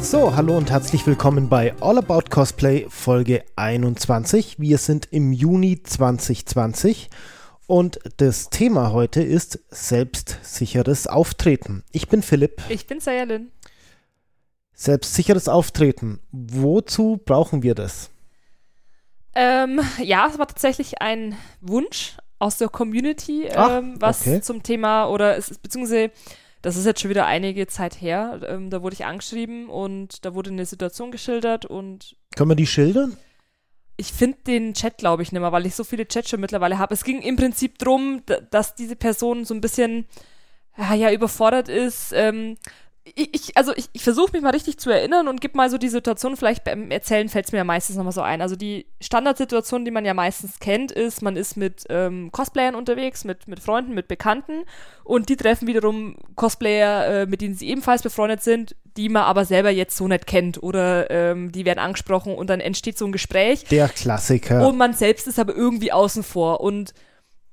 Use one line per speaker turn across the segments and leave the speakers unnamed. So, hallo und herzlich willkommen bei All About Cosplay Folge 21. Wir sind im Juni 2020 und das Thema heute ist selbstsicheres Auftreten. Ich bin Philipp.
Ich bin Sayalin.
Selbstsicheres Auftreten. Wozu brauchen wir das?
Ähm, ja, es war tatsächlich ein Wunsch aus der Community,
Ach,
ähm, was
okay.
zum Thema oder es, beziehungsweise das ist jetzt schon wieder einige Zeit her. Ähm, da wurde ich angeschrieben und da wurde eine Situation geschildert und
Können wir die schildern?
ich finde den Chat, glaube ich, nicht mehr, weil ich so viele Chats schon mittlerweile habe. Es ging im Prinzip drum, d- dass diese Person so ein bisschen ja, ja überfordert ist. Ähm, ich, ich, also ich, ich versuche mich mal richtig zu erinnern und gebe mal so die Situation, vielleicht beim Erzählen fällt es mir ja meistens nochmal so ein. Also die Standardsituation, die man ja meistens kennt, ist, man ist mit ähm, Cosplayern unterwegs, mit, mit Freunden, mit Bekannten und die treffen wiederum Cosplayer, äh, mit denen sie ebenfalls befreundet sind, die man aber selber jetzt so nicht kennt oder ähm, die werden angesprochen und dann entsteht so ein Gespräch
Der Klassiker.
und man selbst ist aber irgendwie außen vor. Und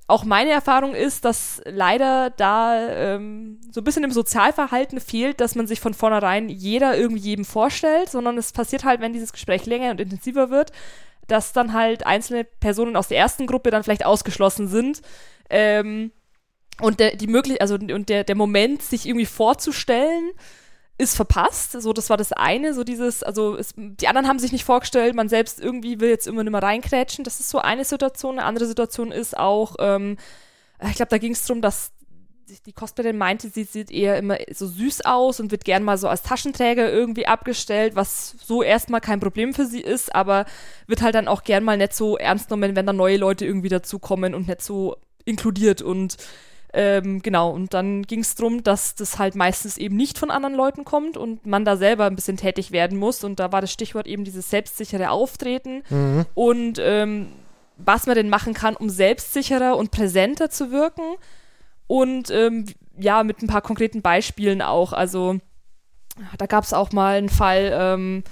auch meine Erfahrung ist, dass leider da ähm, so ein bisschen im Sozialverhalten fehlt, dass man sich von vornherein jeder irgendwie jedem vorstellt, sondern es passiert halt, wenn dieses Gespräch länger und intensiver wird, dass dann halt einzelne Personen aus der ersten Gruppe dann vielleicht ausgeschlossen sind. Ähm, und der, die möglich also und der, der Moment, sich irgendwie vorzustellen, ist verpasst. So, das war das eine. So dieses, also es, die anderen haben sich nicht vorgestellt, man selbst irgendwie will jetzt immer nicht mehr reinkrätschen. Das ist so eine Situation. Eine andere Situation ist auch, ähm, ich glaube, da ging es darum, dass die Cosplayerin meinte, sie sieht eher immer so süß aus und wird gern mal so als Taschenträger irgendwie abgestellt, was so erstmal kein Problem für sie ist, aber wird halt dann auch gern mal nicht so ernst genommen, wenn da neue Leute irgendwie dazukommen und nicht so inkludiert und ähm, genau, und dann ging es darum, dass das halt meistens eben nicht von anderen Leuten kommt und man da selber ein bisschen tätig werden muss. Und da war das Stichwort eben dieses selbstsichere Auftreten
Mhm.
und ähm, was man denn machen kann, um selbstsicherer und präsenter zu wirken. Und ähm, ja, mit ein paar konkreten Beispielen auch. Also da gab es auch mal einen Fall, ähm,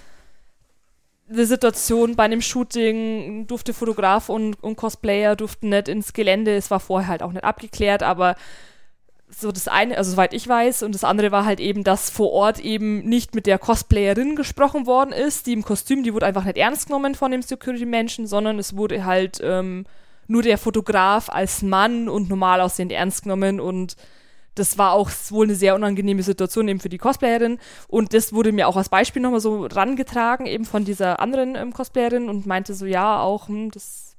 eine Situation bei einem Shooting, durfte Fotograf und, und Cosplayer durften nicht ins Gelände. Es war vorher halt auch nicht abgeklärt, aber so das eine, also soweit ich weiß, und das andere war halt eben, dass vor Ort eben nicht mit der Cosplayerin gesprochen worden ist, die im Kostüm, die wurde einfach nicht ernst genommen von dem Security-Menschen, sondern es wurde halt ähm, nur der Fotograf als Mann und normal aussehend ernst genommen und das war auch wohl eine sehr unangenehme Situation eben für die Cosplayerin. Und das wurde mir auch als Beispiel nochmal so rangetragen, eben von dieser anderen ähm, Cosplayerin und meinte so, ja, auch, hm, das ist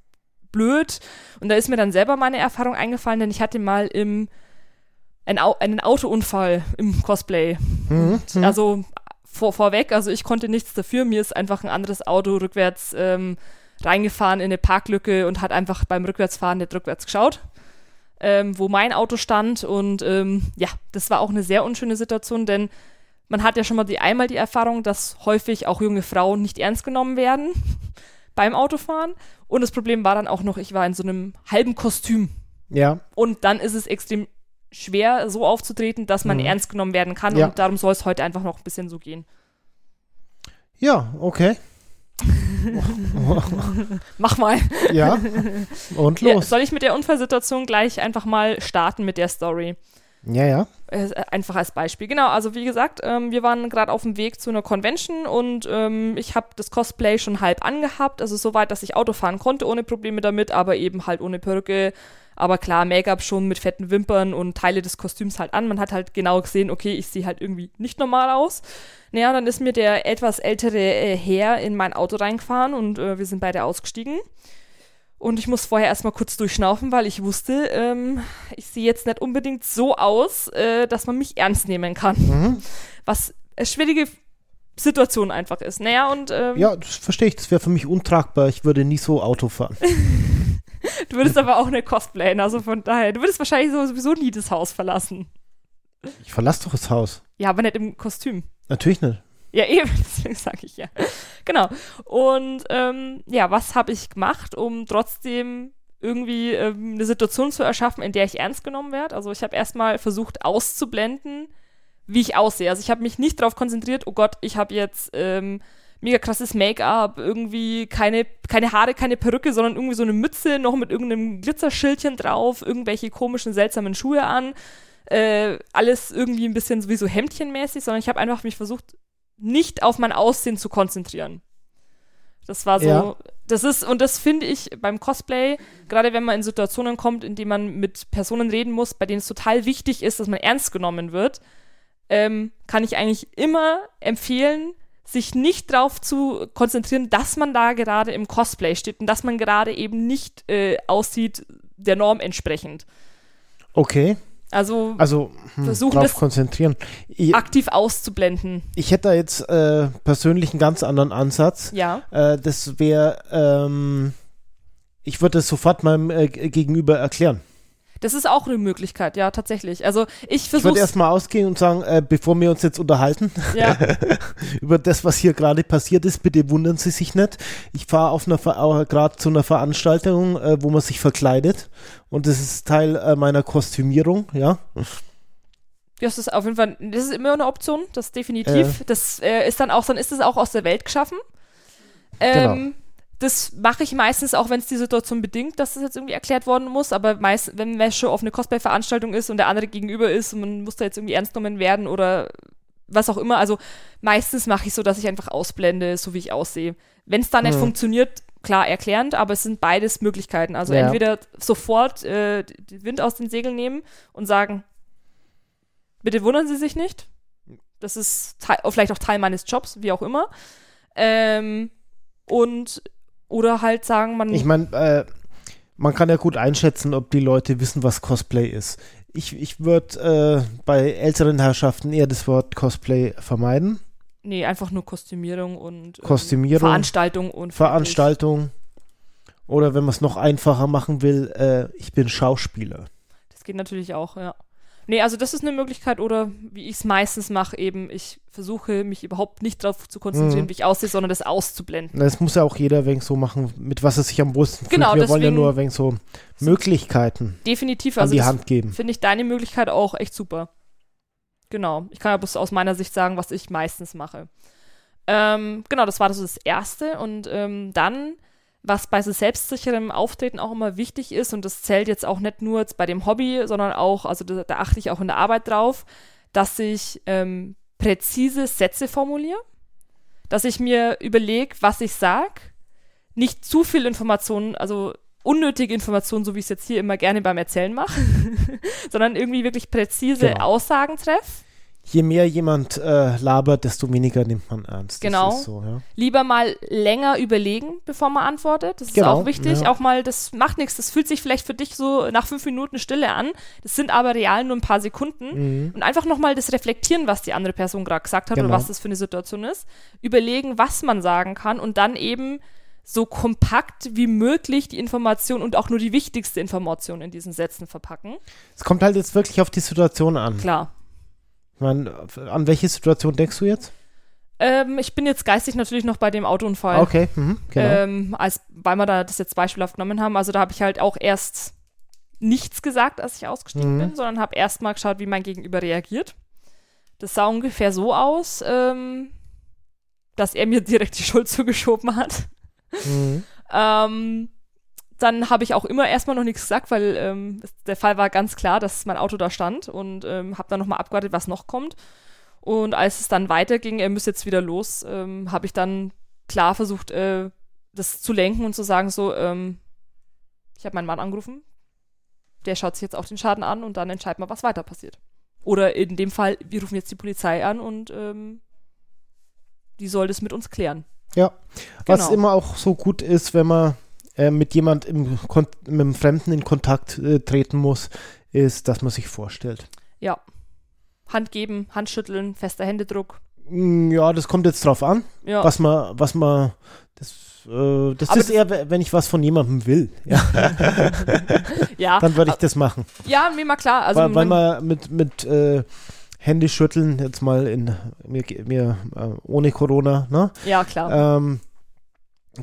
blöd. Und da ist mir dann selber meine Erfahrung eingefallen, denn ich hatte mal im, ein Au einen Autounfall im Cosplay.
Mhm. Mhm.
Also vor, vorweg, also ich konnte nichts dafür. Mir ist einfach ein anderes Auto rückwärts ähm, reingefahren in eine Parklücke und hat einfach beim Rückwärtsfahren nicht rückwärts geschaut, ähm, wo mein Auto stand. Und ähm, ja, das war auch eine sehr unschöne Situation, denn man hat ja schon mal die einmal die Erfahrung, dass häufig auch junge Frauen nicht ernst genommen werden beim Autofahren. Und das Problem war dann auch noch, ich war in so einem halben Kostüm.
ja,
Und dann ist es extrem schwer, so aufzutreten, dass man ernst genommen werden kann.
Mhm. Ja.
Und darum soll es heute einfach noch ein bisschen so gehen.
ja, okay.
Mach mal.
ja, und
Ja,
los.
soll ich mit der Unfallsituation gleich einfach mal starten mit der Story?
Ja, ja.
Äh, Einfach als Beispiel. Genau, also wie gesagt, ähm, wir waren gerade auf dem Weg zu einer Convention und ähm, ich habe das Cosplay schon halb angehabt, also soweit, dass ich Auto fahren konnte ohne Probleme damit, aber eben halt ohne Perücke. Aber klar, Make-up schon mit fetten Wimpern und Teile des Kostüms halt an. Man hat halt genau gesehen, okay, ich sehe halt irgendwie nicht normal aus. Naja, dann ist mir der etwas ältere äh, Herr in mein Auto reingefahren und äh, wir sind beide ausgestiegen. Und ich muss vorher erstmal kurz durchschnaufen, weil ich wusste, ähm, ich sehe jetzt nicht unbedingt so aus, äh, dass man mich ernst nehmen kann. Was eine schwierige Situation einfach ist. Naja, und ähm,
Ja, das verstehe ich. Das wäre für mich untragbar. Ich würde nie so Auto fahren.
du würdest aber auch eine Cosplayen, also von daher, du würdest wahrscheinlich sowieso nie das Haus verlassen.
Ich verlasse doch das Haus.
Ja, aber nicht im Kostüm.
Natürlich nicht.
Ja, eben, deswegen sage ich ja. Genau. Und ähm, ja, was habe ich gemacht, um trotzdem irgendwie ähm, eine Situation zu erschaffen, in der ich ernst genommen werde? Also ich habe erstmal versucht auszublenden, wie ich aussehe. Also ich habe mich nicht darauf konzentriert, oh Gott, ich habe jetzt ähm, mega krasses Make-up, irgendwie keine, keine Haare, keine Perücke, sondern irgendwie so eine Mütze noch mit irgendeinem Glitzerschildchen drauf, irgendwelche komischen, seltsamen Schuhe an. Äh, alles irgendwie ein bisschen sowieso Hemdchenmäßig, sondern ich habe einfach mich versucht nicht auf mein Aussehen zu konzentrieren. Das war so,
Ja.
das ist, und das finde ich beim Cosplay, gerade wenn man in Situationen kommt, in denen man mit Personen reden muss, bei denen es total wichtig ist, dass man ernst genommen wird, ähm, kann ich eigentlich immer empfehlen, sich nicht darauf zu konzentrieren, dass man da gerade im Cosplay steht und dass man gerade eben nicht äh, aussieht der Norm entsprechend.
Okay.
Also
Also hm,
Versuchen
drauf
es-
konzentrieren. Ich,
aktiv auszublenden.
ich hätte da jetzt äh, persönlich einen ganz anderen Ansatz.
Ja.
Äh, das wäre, ähm, ich würde es sofort meinem äh, Gegenüber erklären.
Das ist auch eine Möglichkeit, ja, tatsächlich. Also ich
Ich würde
versuche
erstmal ausgehen und sagen, äh, bevor wir uns jetzt unterhalten
ja,
über das, was hier gerade passiert ist, bitte wundern Sie sich nicht. Ich fahre auf einer Ver- äh, gerade zu einer Veranstaltung, äh, wo man sich verkleidet und das ist Teil äh, meiner Kostümierung, ja.
das ist auf jeden Fall, das ist immer eine Option, das definitiv. Das äh, ist dann auch, dann ist es auch aus der Welt geschaffen. Ähm,
Genau.
Das mache ich meistens auch, wenn es die Situation bedingt, dass das jetzt irgendwie erklärt worden muss. Aber meist, wenn Wäsche auf eine Cosplay-Veranstaltung ist und der andere gegenüber ist und man muss da jetzt irgendwie ernst genommen werden oder was auch immer. Also meistens mache ich so, dass ich einfach ausblende, so wie ich aussehe. Wenn es dann nicht
Mhm.
funktioniert, klar erklärend, aber es sind beides Möglichkeiten. Also
Ja.
entweder sofort äh, den Wind aus den Segeln nehmen und sagen, bitte wundern Sie sich nicht. Das ist Teil, vielleicht auch Teil meines Jobs, wie auch immer. Ähm, und oder halt sagen, man
Ich meine, äh, man kann ja gut einschätzen, ob die Leute wissen, was Cosplay ist. Ich, ich würde äh, bei älteren Herrschaften eher das Wort Cosplay vermeiden.
nee, einfach nur Kostümierung und ähm,
Kostümierung.
Veranstaltung und
Veranstaltung. Oder wenn man es noch einfacher machen will, äh, ich bin Schauspieler.
Das geht natürlich auch, ja. Nee, also das ist eine Möglichkeit oder wie ich es meistens mache, eben ich versuche mich überhaupt nicht darauf zu konzentrieren,
Mhm.
wie ich aussehe, sondern das auszublenden.
Na, Das muss ja auch jeder wegen so machen, mit was er sich am wohlsten fühlt.
Genau,
Wir wollen ja
deswegen-
nur wegen so Möglichkeiten
Definitiv,
an
also
die
das
Hand geben.
finde ich deine Möglichkeit auch echt super. Genau. Ich kann ja bloß aus meiner Sicht sagen, was ich meistens mache. Ähm, genau, das war so das Erste. Und ähm, dann, was bei so selbstsicherem Auftreten auch immer wichtig ist, und das zählt jetzt auch nicht nur jetzt bei dem Hobby, sondern auch, also da, da achte ich auch in der Arbeit drauf, dass ich ähm, präzise Sätze formuliere, dass ich mir überlege, was ich sage, nicht zu viel Informationen, also unnötige Informationen, so wie ich es jetzt hier immer gerne beim Erzählen mache, sondern irgendwie wirklich präzise
Genau.
Aussagen treffe.
Je mehr jemand äh, labert, desto weniger nimmt man ernst.
Genau.
Das ist so, ja.
lieber mal länger überlegen, bevor man antwortet. Das ist
Genau,
auch wichtig.
ja.
Auch mal, das macht nichts. Das fühlt sich vielleicht für dich so nach fünf Minuten Stille an. Das sind aber real nur ein paar Sekunden. Und einfach nochmal das reflektieren, was die andere Person gerade gesagt hat oder
Mhm. Genau.
was das für eine Situation ist. Überlegen, was man sagen kann und dann eben so kompakt wie möglich die Information und auch nur die wichtigste Information in diesen Sätzen verpacken.
Es kommt halt jetzt wirklich auf die Situation an.
Klar.
Ich mein, an welche Situation denkst du jetzt?
Ähm, ich bin jetzt geistig natürlich noch bei dem Autounfall.
Okay, mhm, genau.
ähm, als, weil wir da das jetzt beispielhaft genommen haben. Also da habe ich halt auch erst nichts gesagt, als ich ausgestiegen bin, sondern habe erst mal geschaut, wie mein Gegenüber reagiert. Das sah ungefähr so aus, ähm, dass er mir direkt die Schuld zugeschoben hat.
mhm.
Ähm, dann habe ich auch immer erstmal noch nichts gesagt, weil ähm, es- der Fall war ganz klar, dass mein Auto da stand und ähm, habe dann nochmal abgewartet, was noch kommt. Und als es dann weiterging, er müsste jetzt wieder los, ähm, habe ich dann klar versucht, äh, das zu lenken und zu sagen, so, ähm, ich habe meinen Mann angerufen, der schaut sich jetzt auch den Schaden an und dann entscheidet mal, was weiter passiert. Oder in dem Fall, wir rufen jetzt die Polizei an und ähm, die soll das mit uns klären.
Ja, was
Genau.
immer auch so gut ist, wenn man äh, mit jemand im Kon mit einem Fremden in Kontakt äh, treten muss, ist, dass man sich vorstellt.
Ja. Hand geben, Hand schütteln, fester Händedruck.
Mm, Ja, das kommt jetzt drauf an,
Ja,
was man, was man, das, äh, das
Aber
ist
das-
eher, we- wenn ich was von jemandem will, ja,
ja.
dann würde ich das machen,
ja mir mal klar. Also
weil, weil
man,
man mit mit äh, Handy schütteln jetzt mal in mir, mir äh, ohne Corona, ne?
ja, klar.
Ähm,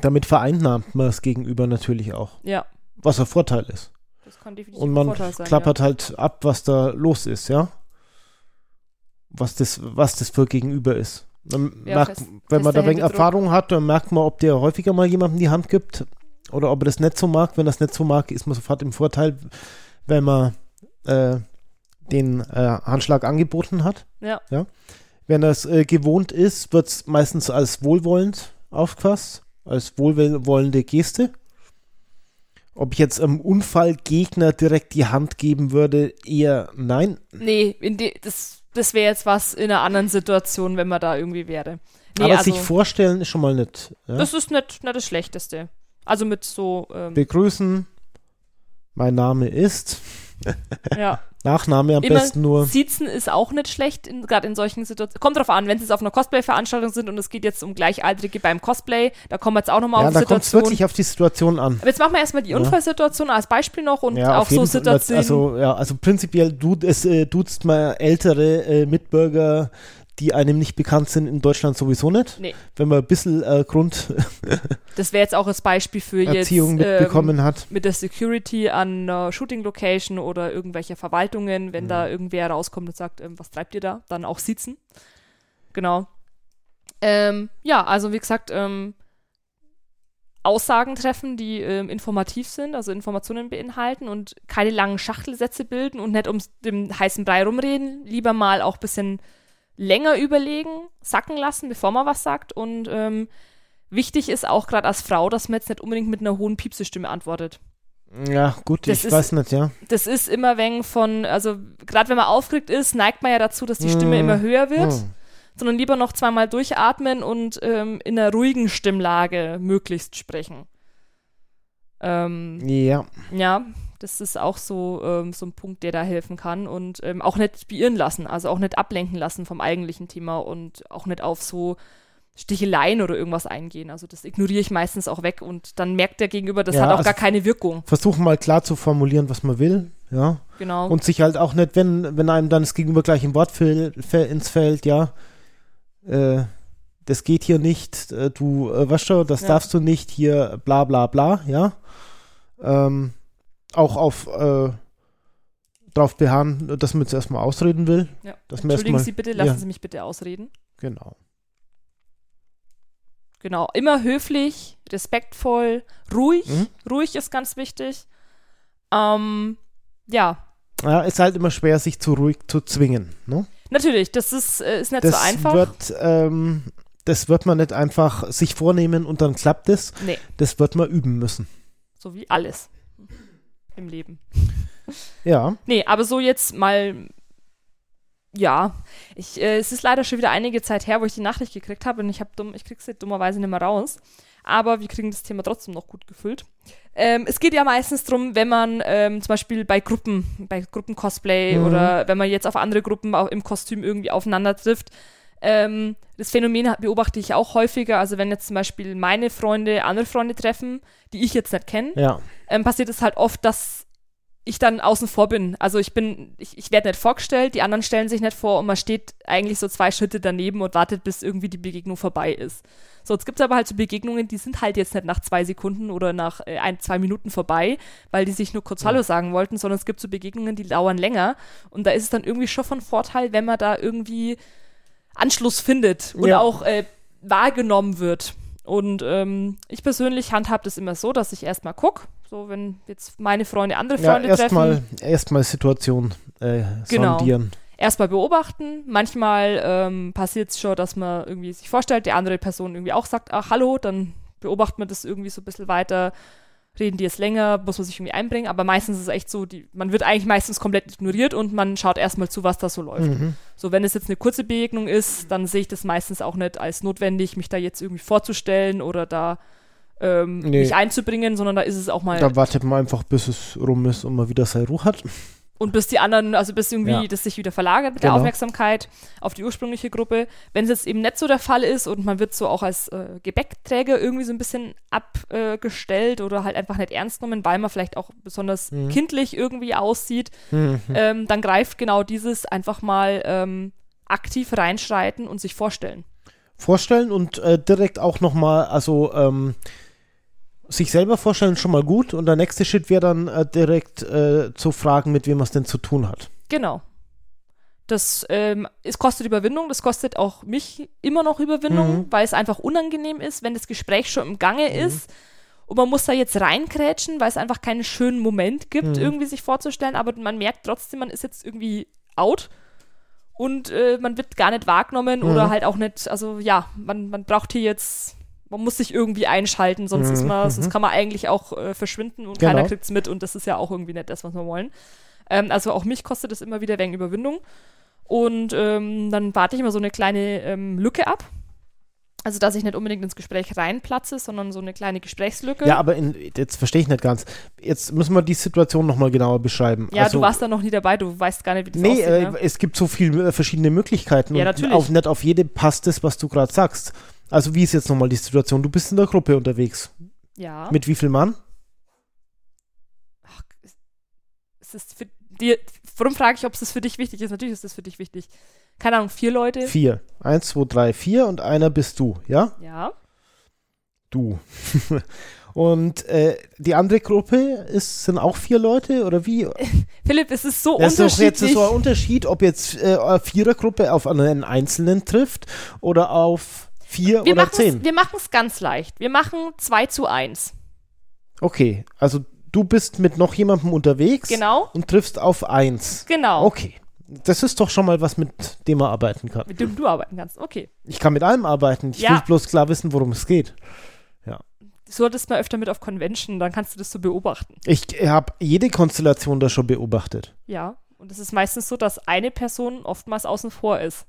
damit vereinnahmt man das Gegenüber natürlich auch,
ja,
was ein Vorteil ist.
das kann definitiv
Und
ein
man
Vorteil sein.
klappert halt ab, was da los ist, ja? Was das, was das für Gegenüber ist. Man
Ja,
merkt,
fest-
wenn man da
fester
wegen
Händedruck.
Erfahrung hat, dann merkt man, ob der häufiger mal jemandem die Hand gibt oder ob er das nicht so mag. Wenn er das nicht so mag, ist man sofort im Vorteil, wenn man äh, den äh, Handschlag angeboten hat.
Ja.
Wenn das äh, gewohnt ist, wird es meistens als wohlwollend aufgefasst, als wohlwollende Geste. Ob ich jetzt einem Unfallgegner direkt die Hand geben würde, eher nein.
Nee, in de, das, das wäre jetzt was in einer anderen Situation, wenn man da irgendwie wäre. Nee,
Aber
also,
sich vorstellen ist schon mal nicht. Ja?
das ist nicht, nicht das Schlechteste. Also mit so, ähm,
Begrüßen. Mein Name ist.
ja.
Nachname am
Immer
besten nur.
Siezen ist auch nicht schlecht, in- gerade in solchen Situationen. Kommt drauf an, wenn sie jetzt auf einer Cosplay-Veranstaltung sind und es geht jetzt um Gleichaltrige beim Cosplay, da kommen wir jetzt auch nochmal
Ja,
auf die
da kommt es
Situation.
wirklich auf die Situation an.
Aber jetzt machen wir erstmal die Unfallsituation als Beispiel noch und
Ja,
auch
auf
so
jeden Fall.
Situationen.
Also, ja, also prinzipiell du, es, äh, duzt man ältere äh, Mitbürger, die einem nicht bekannt sind, in Deutschland sowieso nicht.
nee,
Wenn man ein bisschen äh,
das wäre jetzt auch das Beispiel für
Grunderziehung
jetzt. ähm,
mitbekommen hat.
mit der Security an einer Shooting-Location oder irgendwelche Verwaltungen, wenn da irgendwer rauskommt und sagt, ähm, was treibt ihr da? Dann auch sitzen. Genau. Ähm, ja, also wie gesagt, ähm, Aussagen treffen, die ähm, informativ sind, also Informationen beinhalten und keine langen Schachtelsätze bilden und nicht um dem heißen Brei rumreden, lieber mal auch ein bisschen länger überlegen, sacken lassen, bevor man was sagt. Und ähm, wichtig ist auch gerade als Frau, dass man jetzt nicht unbedingt mit einer hohen Piepsestimme antwortet
Ja, gut,
Das
ich
ist-
weiß nicht, ja.
das ist immer wegen von, also gerade wenn man aufgeregt ist, neigt man ja dazu, dass die Stimme
Mm.
immer höher wird,
Hm.
sondern lieber noch zweimal durchatmen und ähm, in einer ruhigen Stimmlage möglichst sprechen. Ähm,
Ja,
ja, das ist auch so, ähm, so ein Punkt, der da helfen kann und ähm, auch nicht bieren lassen, also auch nicht ablenken lassen vom eigentlichen Thema und auch nicht auf so Sticheleien oder irgendwas eingehen. Also das ignoriere ich meistens auch weg und dann merkt der Gegenüber, das
Ja,
hat auch
also-
gar keine Wirkung.
versuchen mal klar zu formulieren, was man will, ja.
Genau.
Und sich halt auch nicht, wenn, wenn einem dann das Gegenüber gleich im Wort fäll, fäll, ins Feld, ja, äh, das geht hier nicht, äh, du, äh, weißt du, das
Ja.
darfst du nicht, hier, bla bla bla, ja. Ähm, auch auf, äh, drauf beharren, dass man jetzt erstmal ausreden will.
ja.
Dass man
Entschuldigen
erstmal,
Sie bitte, lassen
ja.
Sie mich bitte ausreden.
genau.
Genau, immer höflich, respektvoll, ruhig.
Mhm.
Ruhig ist ganz wichtig. Ähm, ja,
Ja, ist halt immer schwer, sich zu ruhig zu zwingen, ne?
natürlich, das ist, äh, ist nicht
das
so einfach.
Wird, ähm, das wird man nicht einfach sich vornehmen und dann klappt es.
nee,
Das wird man üben müssen.
so wie alles im Leben.
Ja,
Nee, aber so jetzt mal. Ja, ich, äh, es ist leider schon wieder einige Zeit her, wo ich die Nachricht gekriegt habe und ich habe dumm, ich krieg's jetzt dummerweise nicht mehr raus. Aber wir kriegen das Thema trotzdem noch gut gefüllt. Ähm, es geht ja meistens drum, wenn man ähm, zum Beispiel bei Gruppen, bei Gruppen-Cosplay
Mhm.
oder wenn man jetzt auf andere Gruppen auch im Kostüm irgendwie aufeinander trifft. Ähm, das Phänomen ha- beobachte ich auch häufiger. Also wenn jetzt zum Beispiel meine Freunde andere Freunde treffen, die ich jetzt nicht kenne,
ja.
ähm, passiert es halt oft, dass ich dann außen vor bin. Also ich bin, ich, ich werde nicht vorgestellt, die anderen stellen sich nicht vor und man steht eigentlich so zwei Schritte daneben und wartet, bis irgendwie die Begegnung vorbei ist. So, jetzt gibt es aber halt so Begegnungen, die sind halt jetzt nicht nach zwei Sekunden oder nach äh, ein, zwei Minuten vorbei, weil die sich nur kurz Hallo sagen wollten, sondern es gibt so Begegnungen, die dauern länger und da ist es dann irgendwie schon von Vorteil, wenn man da irgendwie Anschluss findet und
Ja.
auch äh, wahrgenommen wird. Und ähm, ich persönlich handhab das immer so, dass ich erstmal guck, so wenn jetzt meine Freunde andere
ja
Freunde
erstmal
treffen,
erstmal Situation äh,
Genau.
sondieren.
erstmal beobachten. Manchmal ähm, passiert es schon, dass man irgendwie sich vorstellt, die andere Person irgendwie auch sagt, ach hallo, dann beobachtet man das irgendwie so ein bisschen weiter, reden die jetzt länger, muss man sich irgendwie einbringen, aber meistens ist es echt so, die, man wird eigentlich meistens komplett ignoriert und man schaut erstmal zu, was da so läuft.
Mhm.
So, wenn es jetzt eine kurze Begegnung ist, dann sehe ich das meistens auch nicht als notwendig, mich da jetzt irgendwie vorzustellen oder da ähm,
Nee.
mich einzubringen, sondern da ist es auch mal
Da wartet man einfach, bis es rum ist und man wieder seine Ruhe hat.
und bis die anderen, also bis irgendwie
Ja.
das sich wieder verlagert mit der
Genau.
Aufmerksamkeit auf die ursprüngliche Gruppe. Wenn es jetzt eben nicht so der Fall ist und man wird so auch als äh, Gebäckträger irgendwie so ein bisschen abgestellt äh, gestellt oder halt einfach nicht ernst genommen, weil man vielleicht auch besonders
Mhm.
kindlich irgendwie aussieht,
Mhm.
ähm, dann greift genau dieses einfach mal ähm, aktiv reinschreiten und sich vorstellen.
Vorstellen und äh, direkt auch nochmal, also ähm, sich selber vorstellen ist schon mal gut und der nächste Schritt wäre dann äh, direkt äh, zu fragen, mit wem man es denn zu tun hat.
Genau. Das ähm, es kostet Überwindung, das kostet auch mich immer noch Überwindung,
Mhm.
weil es einfach unangenehm ist, wenn das Gespräch schon im Gange ist und man muss da jetzt reinkrätschen, weil es einfach keinen schönen
Mhm.
Moment gibt, irgendwie sich vorzustellen, aber man merkt trotzdem, man ist jetzt irgendwie out und äh, man wird gar nicht wahrgenommen
Mhm.
oder halt auch nicht, also ja, man, man braucht hier jetzt, man muss sich irgendwie einschalten, sonst ist man,
Mhm.
sonst kann man eigentlich auch äh, verschwinden und
Genau.
keiner kriegt's mit und das ist ja auch irgendwie nicht das, was wir wollen. Ähm, also auch mich kostet es immer wieder wegen Überwindung. Und ähm, dann warte ich immer so eine kleine ähm, Lücke ab. Also, dass ich nicht unbedingt ins Gespräch reinplatze, sondern so eine kleine Gesprächslücke.
Ja, aber in, jetzt verstehe ich nicht ganz. Jetzt müssen wir die Situation nochmal genauer beschreiben.
Ja,
also,
du warst da noch nie dabei, du weißt gar nicht, wie das
Nee,
aussieht.
äh,
ne?
es gibt so viele äh, verschiedene Möglichkeiten.
Ja,
und
natürlich.
Auf, nicht auf jede passt das, was du gerade sagst. Also, wie ist jetzt nochmal die Situation? Du bist in der Gruppe unterwegs.
Ja.
Mit wie viel Mann?
Ach, ist- ist es für dir, warum frage ich, ob es das für dich wichtig ist? Natürlich ist das für dich wichtig. Keine Ahnung, vier Leute?
Vier. Eins, zwei, drei, vier und einer bist du, ja?
Ja.
Du. und äh, die andere Gruppe ist, sind auch vier Leute oder wie?
Philipp, es ist so
Das ist doch
unterschiedlich.
jetzt so ein Unterschied, ob jetzt äh, eine Vierergruppe auf einen Einzelnen trifft oder auf vier
wir
oder
machen's-
zehn.
wir machen es ganz leicht. Wir machen 2 zu 1.
Okay, also du bist mit noch jemandem unterwegs
Genau.
und triffst auf eins.
Genau.
Okay. Das ist doch schon mal was, mit dem man arbeiten kann.
Mit dem du arbeiten kannst. Okay.
Ich kann mit allem arbeiten. Ich
Ja.
will bloß klar wissen, worum es geht.
So hattest mal öfter mit auf Convention, dann kannst du das so beobachten.
Ich habe jede Konstellation da schon beobachtet.
Ja. Und es ist meistens so, dass eine Person oftmals außen vor ist.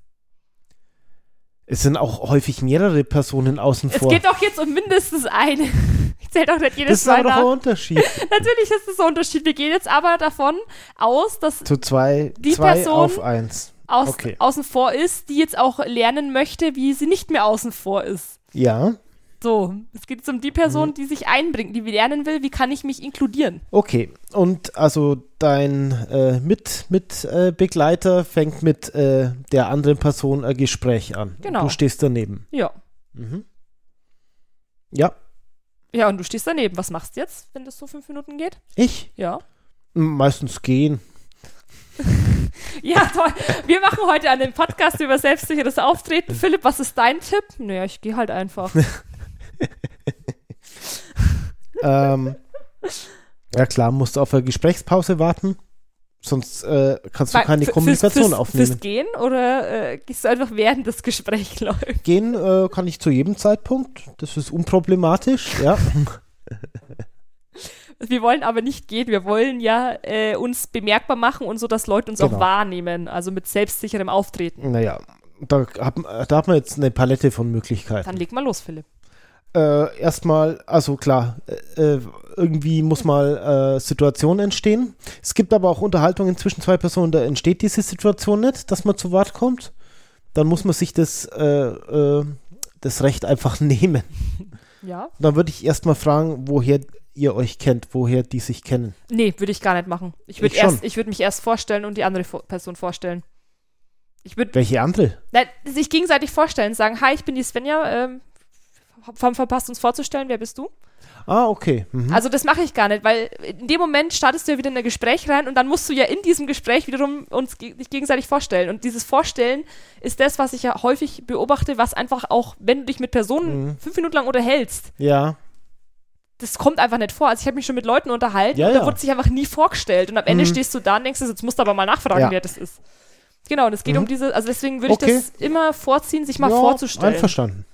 Es sind auch häufig mehrere Personen außen
Es
vor.
geht doch jetzt um mindestens eine. Ich zähle doch nicht
das
jedes
ist
Mal
aber doch ein
nach.
Unterschied.
Natürlich ist es ein Unterschied. Wir gehen jetzt aber davon aus, dass
Zu zwei,
Die
zwei
Person-
auf eins.
aus,
Okay.
außen vor ist, die jetzt auch lernen möchte, wie sie nicht mehr außen vor ist.
Ja.
So, es geht jetzt um die
Mhm.
Person, die sich einbringt, die lernen will, wie kann ich mich inkludieren.
Okay, und also dein äh, Mit, mit, äh, Begleiter fängt mit äh, der anderen Person ein Gespräch an.
Genau.
Du stehst daneben.
Ja.
Mhm. Ja,
Ja, und du stehst daneben. Was machst du jetzt, wenn das so fünf Minuten geht?
ich?
Ja.
M, Meistens gehen.
Ja, toll. Wir machen heute an dem Podcast über selbstsicheres Auftreten. Philipp, was ist dein Tipp? Naja, ich gehe halt einfach.
ähm, ja klar, musst du auf eine Gesprächspause warten, sonst äh, kannst du
Weil-
keine
f-
Kommunikation
fürs, fürs,
aufnehmen.
Fürs Gehen oder äh, gehst du einfach während das Gespräch läuft?
Gehen äh, kann ich zu jedem Zeitpunkt, das ist unproblematisch, ja.
Wir wollen aber nicht gehen, wir wollen ja äh, uns bemerkbar machen und so, dass Leute uns
Genau.
auch wahrnehmen, also mit selbstsicherem Auftreten.
naja, da hat, da hat man jetzt eine Palette von Möglichkeiten.
Dann leg mal los, Philipp.
äh, erstmal, also klar, äh, äh, irgendwie muss mal äh, Situation entstehen. Es gibt aber auch Unterhaltungen zwischen zwei Personen, da entsteht diese Situation nicht, dass man zu Wort kommt. Dann muss man sich das, äh, äh, das Recht einfach nehmen.
Ja?
Dann würde ich erstmal fragen, woher ihr euch kennt, woher die sich kennen.
Nee, würde ich gar nicht machen. Ich würde
Ich schon.
erst, ich würde mich erst vorstellen und die andere Vo- Person vorstellen. Ich würde
Welche andere?
sich gegenseitig vorstellen, sagen, hi, ich bin die Svenja, ähm, hab- haben verpasst, uns vorzustellen, wer bist du?
Ah, okay. Mhm.
Also das mache ich gar nicht, weil in dem Moment startest du ja wieder in ein Gespräch rein und dann musst du ja in diesem Gespräch wiederum uns ge dich gegenseitig vorstellen. Und dieses Vorstellen ist das, was ich ja häufig beobachte, was einfach auch, wenn du dich mit Personen
Mhm.
fünf Minuten lang unterhältst,
Ja,
das kommt einfach nicht vor. Also ich habe mich schon mit Leuten unterhalten
Ja,
und da
ja.
wurde sich einfach nie vorgestellt. Und am Ende
Mhm.
stehst du da und denkst, dir so, jetzt musst du aber mal nachfragen,
Ja.
wer das ist. Genau, und es geht
Mhm.
um diese, also deswegen würde
Okay.
ich das immer vorziehen, sich mal
ja
vorzustellen.
einverstanden.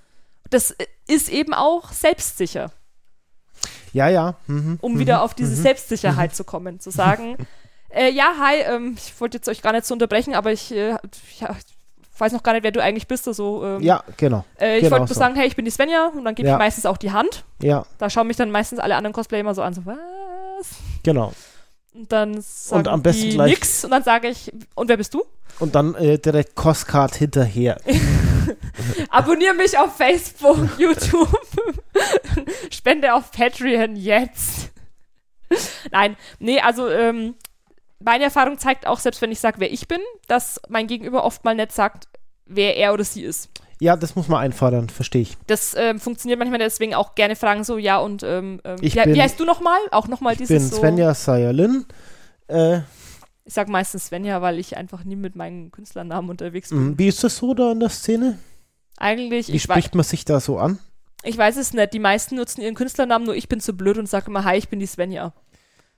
Das ist eben auch selbstsicher.
Ja, ja. Mhm.
um wieder auf diese Selbstsicherheit zu kommen, zu sagen, äh, ja, hi, ähm, ich wollte jetzt euch gar nicht so unterbrechen, aber ich, äh, ja, ich weiß noch gar nicht, wer du eigentlich bist. Also, ähm,
Ja, genau.
äh, ich
genau
wollte nur
so.
sagen, hey, ich bin die Svenja und dann gebe
Ja.
ich meistens auch die Hand.
Ja,
Da schauen mich dann meistens alle anderen Cosplayer immer so an, so was?
genau.
Und dann sagen
am besten
die
gleich-
nix und dann sage ich, und wer bist du?
Und dann äh, direkt Costcard hinterher.
Abonniere mich auf Facebook, YouTube. Spende auf Patreon jetzt. Nein, nee, also ähm, meine Erfahrung zeigt auch, selbst wenn ich sage, wer ich bin, dass mein Gegenüber oft mal nicht sagt, wer er oder sie ist.
Ja, das muss man einfordern, verstehe ich.
Das ähm, funktioniert manchmal deswegen auch gerne Fragen so, ja und ähm, ähm,
Ich
wie, he-
bin-
wie heißt du nochmal? Auch nochmal
Ich
dieses
bin
so.
Svenja Sayerlin. Äh,
Ich sag meistens Svenja, weil ich einfach nie mit meinen Künstlernamen unterwegs bin.
mh, mhm. wie ist das so da in der Szene?
Eigentlich,
Wie
ich, wei
spricht man sich da so an?
Ich weiß es nicht. Die meisten nutzen ihren Künstlernamen, nur ich bin zu blöd und sage immer, hi, ich bin die Svenja.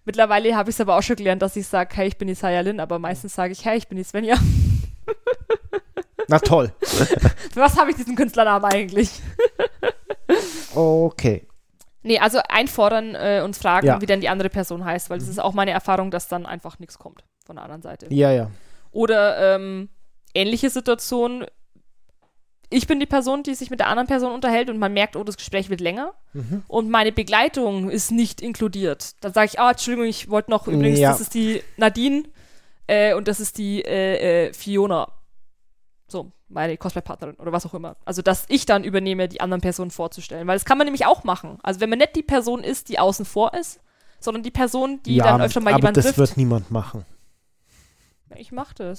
Mittlerweile habe ich es aber auch schon gelernt, dass ich sage, hey, ich bin die Sayalin, aber meistens sage ich, hey, ich bin die Svenja.
Na toll.
Für was habe ich diesen Künstlernamen eigentlich?
Okay.
Nee, also einfordern äh, und fragen,
Ja.
wie denn die andere Person heißt, weil das ist auch meine Erfahrung, dass dann einfach nichts kommt von der anderen Seite.
Ja, ja.
Oder ähm, ähnliche Situation. Ich bin die Person, die sich mit der anderen Person unterhält und man merkt, oh, das Gespräch wird länger.
Mhm.
Und meine Begleitung ist nicht inkludiert. Dann sage ich, ah, Entschuldigung, ich wollte noch übrigens,
Ja.
das ist die Nadine äh, und das ist die äh, äh, Fiona. So, meine Cosplay-Partnerin oder was auch immer. Also, dass ich dann übernehme, die anderen Personen vorzustellen. Weil das kann man nämlich auch machen. Also, wenn man nicht die Person ist, die außen vor ist, sondern die Person, die
ja,
dann öfter mal
aber
jemanden
das
trifft.
wird niemand machen.
Ich mach das.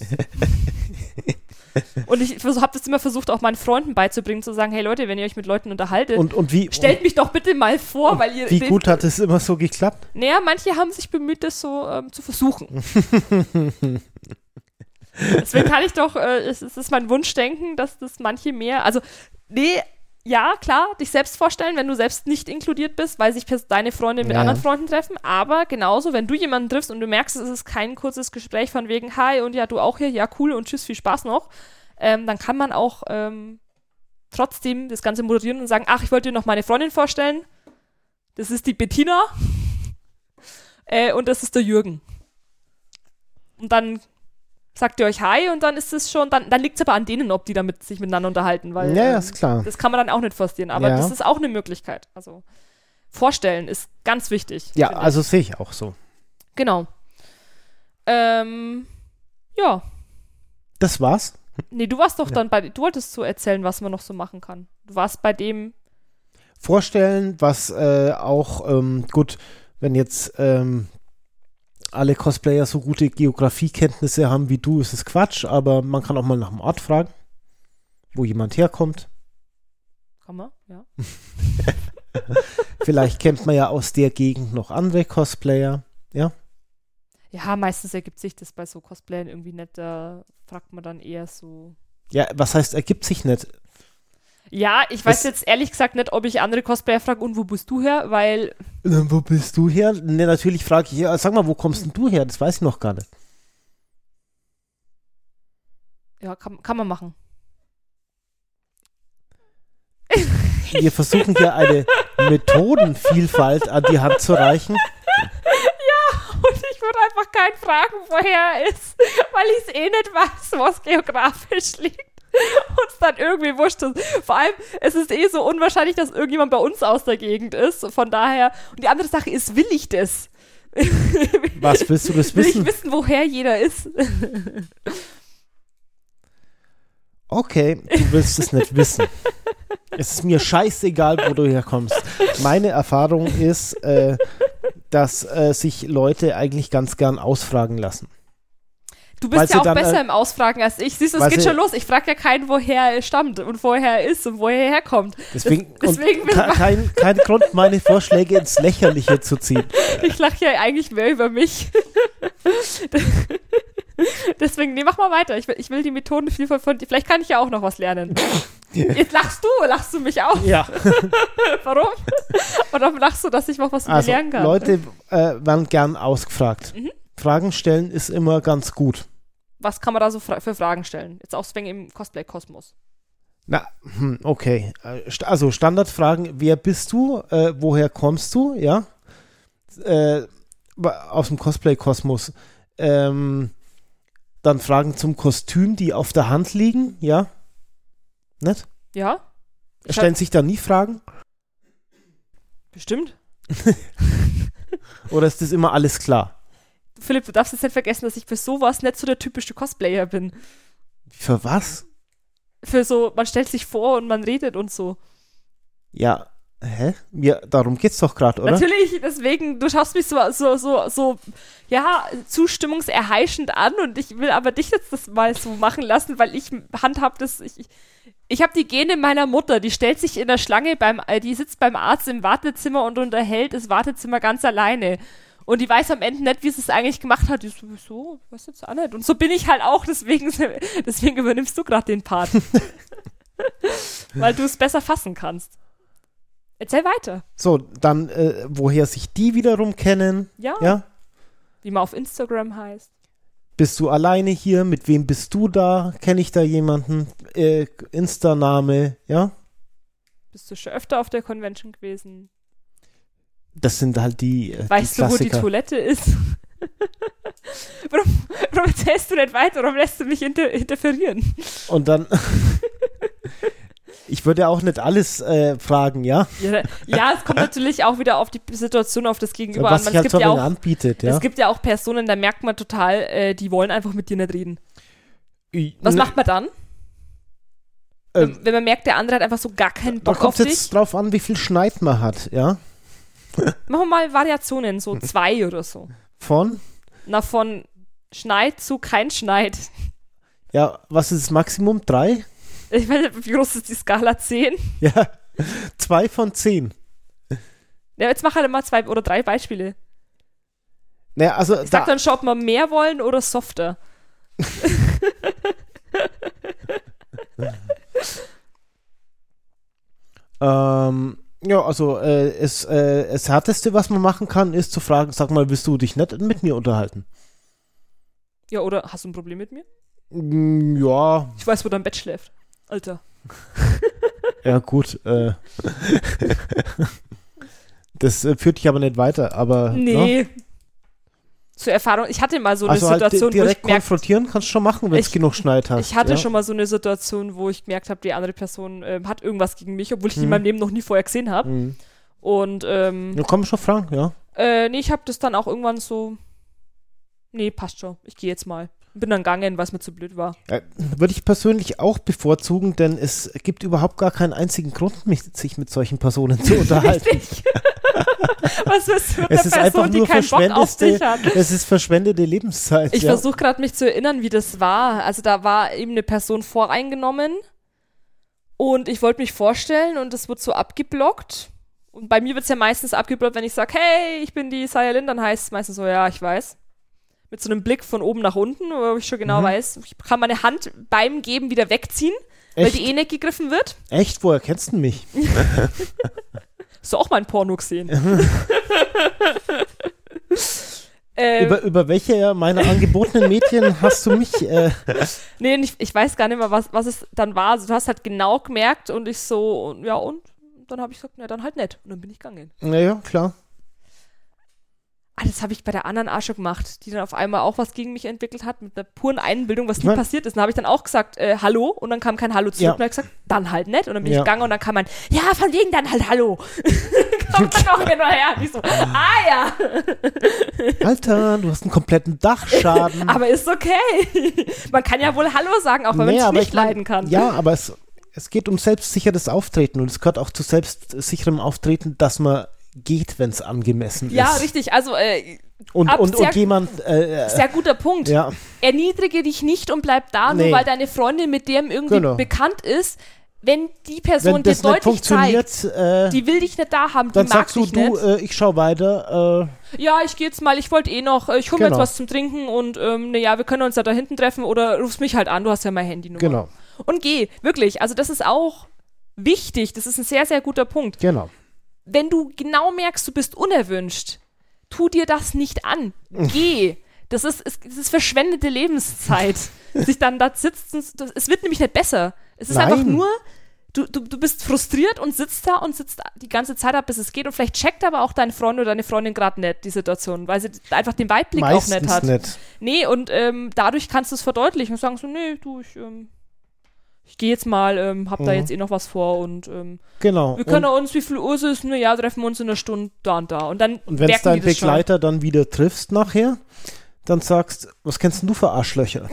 und ich habe das immer versucht, auch meinen Freunden beizubringen, zu sagen, hey Leute, wenn ihr euch mit Leuten unterhaltet,
Und, und wie,
stellt mich doch bitte mal vor, weil ihr...
wie gut hat es immer so geklappt?
Naja, manche haben sich bemüht, das so ähm, zu versuchen. Deswegen kann ich doch, äh, es, es ist mein Wunschdenken, dass das manche mehr, also, nee, ja, klar, dich selbst vorstellen, wenn du selbst nicht inkludiert bist, weil sich pers- deine Freunde mit
Ja.
anderen Freunden treffen, aber genauso, wenn du jemanden triffst und du merkst, es ist kein kurzes Gespräch von wegen, hi und ja, du auch hier, ja, cool und tschüss, viel Spaß noch, ähm, dann kann man auch ähm, trotzdem das Ganze moderieren und sagen, ach, ich wollte dir noch meine Freundin vorstellen, das ist die Bettina äh, und das ist der Jürgen. Und dann sagt ihr euch Hi und dann ist es schon, dann, dann liegt es aber an denen, ob die damit sich miteinander unterhalten, weil
ja, ja,
ähm,
ist klar.
das kann man dann auch nicht forcieren, aber
Ja.
das ist auch eine Möglichkeit. Also vorstellen ist ganz wichtig.
Ja,
finde ich.
also sehe ich auch so.
Genau. Ähm, ja.
Das war's.
Nee, du warst doch dann bei, du wolltest so erzählen, was man noch so machen kann. Du warst bei dem,
vorstellen, was äh, auch ähm, gut, wenn jetzt ähm, alle Cosplayer so gute Geografiekenntnisse haben wie du, ist es Quatsch, aber man kann auch mal nach dem Ort fragen, wo jemand herkommt.
kann man, ja.
Vielleicht kennt man ja aus der Gegend noch andere Cosplayer.
Ja, meistens ergibt sich das bei so Cosplayern irgendwie nicht, da fragt man dann eher so,
Ja, was heißt, ergibt sich nicht?
Ja, ich weiß
Es-
jetzt ehrlich gesagt nicht, ob ich andere Cosplayer frage und wo bist du her, weil
Na, Ähm, Wo bist du her? Ne, natürlich frage ich, ja, sag mal, wo kommst denn du her? Das weiß ich noch gar nicht.
ja, kann, kann man machen.
Wir versuchen hier eine Methodenvielfalt an die Hand zu reichen.
Und ich würde einfach keinen fragen, woher er ist, weil ich es eh nicht weiß, was geografisch liegt. Und es dann irgendwie wurscht ist. Vor allem, es ist eh so unwahrscheinlich, dass irgendjemand bei uns aus der Gegend ist. Von daher, und die andere Sache ist, will ich das?
Was willst du das
Will ich
wissen?
wissen, woher jeder ist?
Okay, du willst es nicht wissen. Es ist mir scheißegal, wo du herkommst. Meine Erfahrung ist, äh, dass äh, sich Leute eigentlich ganz gern ausfragen lassen.
Du
Weil sie
bist ja auch
dann,
besser
äh,
im Ausfragen als ich. Siehst du, es
weil
geht
sie-
schon los. Ich frage ja keinen, woher er stammt und woher er ist und woher er herkommt.
Deswegen,
deswegen
und
will
ke
man-
kein, kein Grund, meine Vorschläge ins Lächerliche zu ziehen.
Ich lache ja eigentlich mehr über mich. Deswegen, nee, mach mal weiter. Ich will, ich will die Methodenvielfalt von dir. Vielleicht kann ich ja auch noch was lernen. Jetzt lachst du, lachst du mich auch.
Ja,
Warum? Warum lachst du, dass ich noch was über
also
lernen kann?
Leute äh, werden gern ausgefragt. Fragen stellen ist immer ganz gut.
Was kann man da so fra für Fragen stellen? Jetzt auch wegen im Cosplay-Kosmos.
Na, hm, okay. Äh, st- Also Standardfragen, wer bist du? Äh, woher kommst du? Ja. Äh, wa- aus dem Cosplay-Kosmos. Ähm, dann Fragen zum Kostüm, die auf der Hand liegen, ja. Nicht?
Ja, Ich hab-
Stellen sich da nie Fragen?
bestimmt.
Oder ist das immer alles klar?
Philipp, du darfst jetzt nicht vergessen, dass ich für sowas nicht so der typische Cosplayer bin.
Für was?
Für so, man stellt sich vor und man redet und so.
Ja. Hä? Mir, darum geht's doch gerade, oder?
Natürlich, deswegen, du schaust mich so, so, so, so, ja, zustimmungserheischend an und ich will aber dich jetzt das mal so machen lassen, weil ich handhab das, ich, ich- ich habe die Gene meiner Mutter, die stellt sich in der Schlange beim, äh, die sitzt beim Arzt im Wartezimmer und unterhält das Wartezimmer ganz alleine. Und die weiß am Ende nicht, wie sie es eigentlich gemacht hat. Die so, wieso? Was jetzt auch nicht? Und so bin ich halt auch, deswegen, deswegen übernimmst du gerade den Part. Weil du es besser fassen kannst. Erzähl weiter.
So, dann, äh, woher sich die wiederum kennen,
Ja.
ja?
wie man auf Instagram heißt.
Bist du alleine hier? Mit wem bist du da? Kenne ich da jemanden? Äh, Insta-Name, ja?
Bist du schon öfter auf der Convention gewesen?
Das sind halt die. Äh,
Weißt
die
du, wo die
Klassiker.
Toilette ist? warum, warum erzählst du nicht weiter? Warum lässt du mich inter interferieren?
Und dann. ich würde auch nicht alles äh, fragen, ja?
Ja, ja, es kommt natürlich auch wieder auf die Situation, auf das
Was
Gegenüber an.
sich
Man-
halt
Es
so
gibt, ja
ja
auch,
anbietet, ja?
es gibt ja auch Personen, da merkt man total, äh, die wollen einfach mit dir nicht reden. Was
N-
macht man dann?
Ne. Ähm,
wenn man merkt, der andere hat einfach so gar keinen
Da
Bock auf
kommt
dich.
jetzt drauf an, wie viel Schneid man hat, ja?
Machen wir mal Variationen, so zwei oder so.
Von?
Na, von Schneid zu kein Schneid.
Ja, was ist das Maximum? Drei?
Ich weiß nicht, wie groß ist die Skala? Zehn?
Ja. Zwei von zehn.
Ja, jetzt mach halt mal zwei oder drei Beispiele.
Naja, also
Ich
da,
sag dann schon, ob wir mehr wollen oder softer.
ähm, ja, also äh, es, äh, das Härteste, was man machen kann, ist zu fragen, sag mal, willst du dich nicht mit mir unterhalten?
Ja, oder hast du ein Problem mit mir?
Mm, Ja,
Ich weiß, wo dein Bett schläft. Alter.
ja gut. Äh. das äh, führt dich aber nicht weiter, aber ne?
Nee. Zur Erfahrung, ich hatte mal so eine
also halt di-
Situation, wo ich
direkt
gemerkt
konfrontieren kannst du schon machen, wenn du
Ich-
genug Schneid hast.
ich hatte
ja.
schon mal so eine Situation, wo ich gemerkt habe, die andere Person ähm, hat irgendwas gegen mich, obwohl ich die in
Mhm.
meinem Leben noch nie vorher gesehen habe.
Mhm.
Und ähm,
Ja, komm schon, Frank, ja.
Äh, nee, ich hab das dann auch irgendwann so. Nee, passt schon. Ich gehe jetzt mal. Bin dann gegangen, weil es mir zu blöd war.
Äh, Würde ich persönlich auch bevorzugen, denn es gibt überhaupt gar keinen einzigen Grund, mich, sich mit solchen Personen zu unterhalten.
Richtig. Was ist mit
es
einer
ist einfach
Person, die
nur
keinen Bock auf dich
verschwendete,
hat?
es ist verschwendete Lebenszeit.
Ich
ja.
versuche gerade mich zu erinnern, wie das war. Also da war eben eine Person voreingenommen und ich wollte mich vorstellen und das wird so abgeblockt. Und bei mir wird es ja meistens abgeblockt, wenn ich sage, hey, ich bin die Saya Lin, dann heißt es meistens so, ja, ich weiß. Mit so einem Blick von oben nach unten, wo ich schon genau
Mhm.
weiß, ich kann meine Hand beim Geben wieder wegziehen, weil
echt,
die eh nicht gegriffen wird.
echt, woher kennst du mich?
Hast du auch mal ein Porno gesehen?
Mhm.
ähm,
über, über welche meiner angebotenen Medien hast du mich? Äh,
Nee, ich, ich weiß gar nicht mehr, was, was es dann war. Also, du hast halt genau gemerkt und ich so, und, ja und? Dann habe ich gesagt, na dann halt nicht. Und dann bin ich gegangen.
naja, klar.
Ah, das habe ich bei der anderen Asche gemacht, die dann auf einmal auch was gegen mich entwickelt hat, mit einer puren Einbildung, was
Ich
nie
mein-
passiert ist. Dann habe ich dann auch gesagt, äh, hallo, und dann kam kein Hallo zurück.
Ja.
Und dann hab ich gesagt, dann halt nicht. Und dann bin
Ja.
ich gegangen und dann kam ein, ja, von wegen dann halt Hallo. Kommt dann auch genau her. Und ich so, ah ja,
Alter, du hast einen kompletten Dachschaden.
aber ist okay. Man kann ja wohl Hallo sagen, auch wenn man es
aber
nicht
ich mein,
leiden kann.
Ja, aber es, es geht um selbstsicheres Auftreten und es gehört auch zu selbstsicherem Auftreten, dass man geht, wenn es angemessen
Ja,
ist.
richtig. Also, äh,
Und,
Ab-
und,
sehr-
und jemand, äh, äh,
sehr guter Punkt.
ja,
erniedrige dich nicht und bleib da,
Nee.
nur weil deine Freundin mit dem irgendwie
Genau.
bekannt ist. Wenn die Person
wenn
dir
das nicht
deutlich zeigt,
funktioniert, äh,
die will dich nicht da haben, die
dann
mag
sagst du,
dich
du,
nicht.
äh, ich schau weiter. äh,
ja, ich gehe jetzt mal, ich wollte eh noch, äh, ich hole mir
Genau.
jetzt was zum Trinken und ähm, naja, wir können uns ja da hinten treffen oder rufst mich halt an, du hast ja mein Handynummer.
Äh, genau,
Und geh, wirklich, also das ist auch wichtig, das ist ein sehr, sehr guter Punkt.
genau.
Wenn du genau merkst, du bist unerwünscht, tu dir das nicht an. Geh. Das ist, ist, das ist verschwendete Lebenszeit. Sich dann da sitzt. und- Das, es wird nämlich nicht besser. Es ist
Nein.
einfach nur, du, du, du bist frustriert und sitzt da und sitzt die ganze Zeit ab, bis es geht. Und vielleicht checkt aber auch dein Freund oder deine Freundin gerade nicht die Situation, weil sie einfach den Weitblick auch nicht
Meistens
hat.
nicht.
Nee, und ähm, dadurch kannst du es verdeutlichen und sagen so, nee, du, ich, ähm, ich gehe jetzt mal, ähm, hab
Mhm.
da jetzt eh noch was vor und ähm,
Genau.
wir können
und
uns, wie viel Uhr es ist, na ja, treffen wir uns in einer Stunde da und da. Und dann
und wenn es
merken
deinen
die das schon.
Begleiter dann wieder triffst nachher, dann sagst, was kennst denn du für Arschlöcher?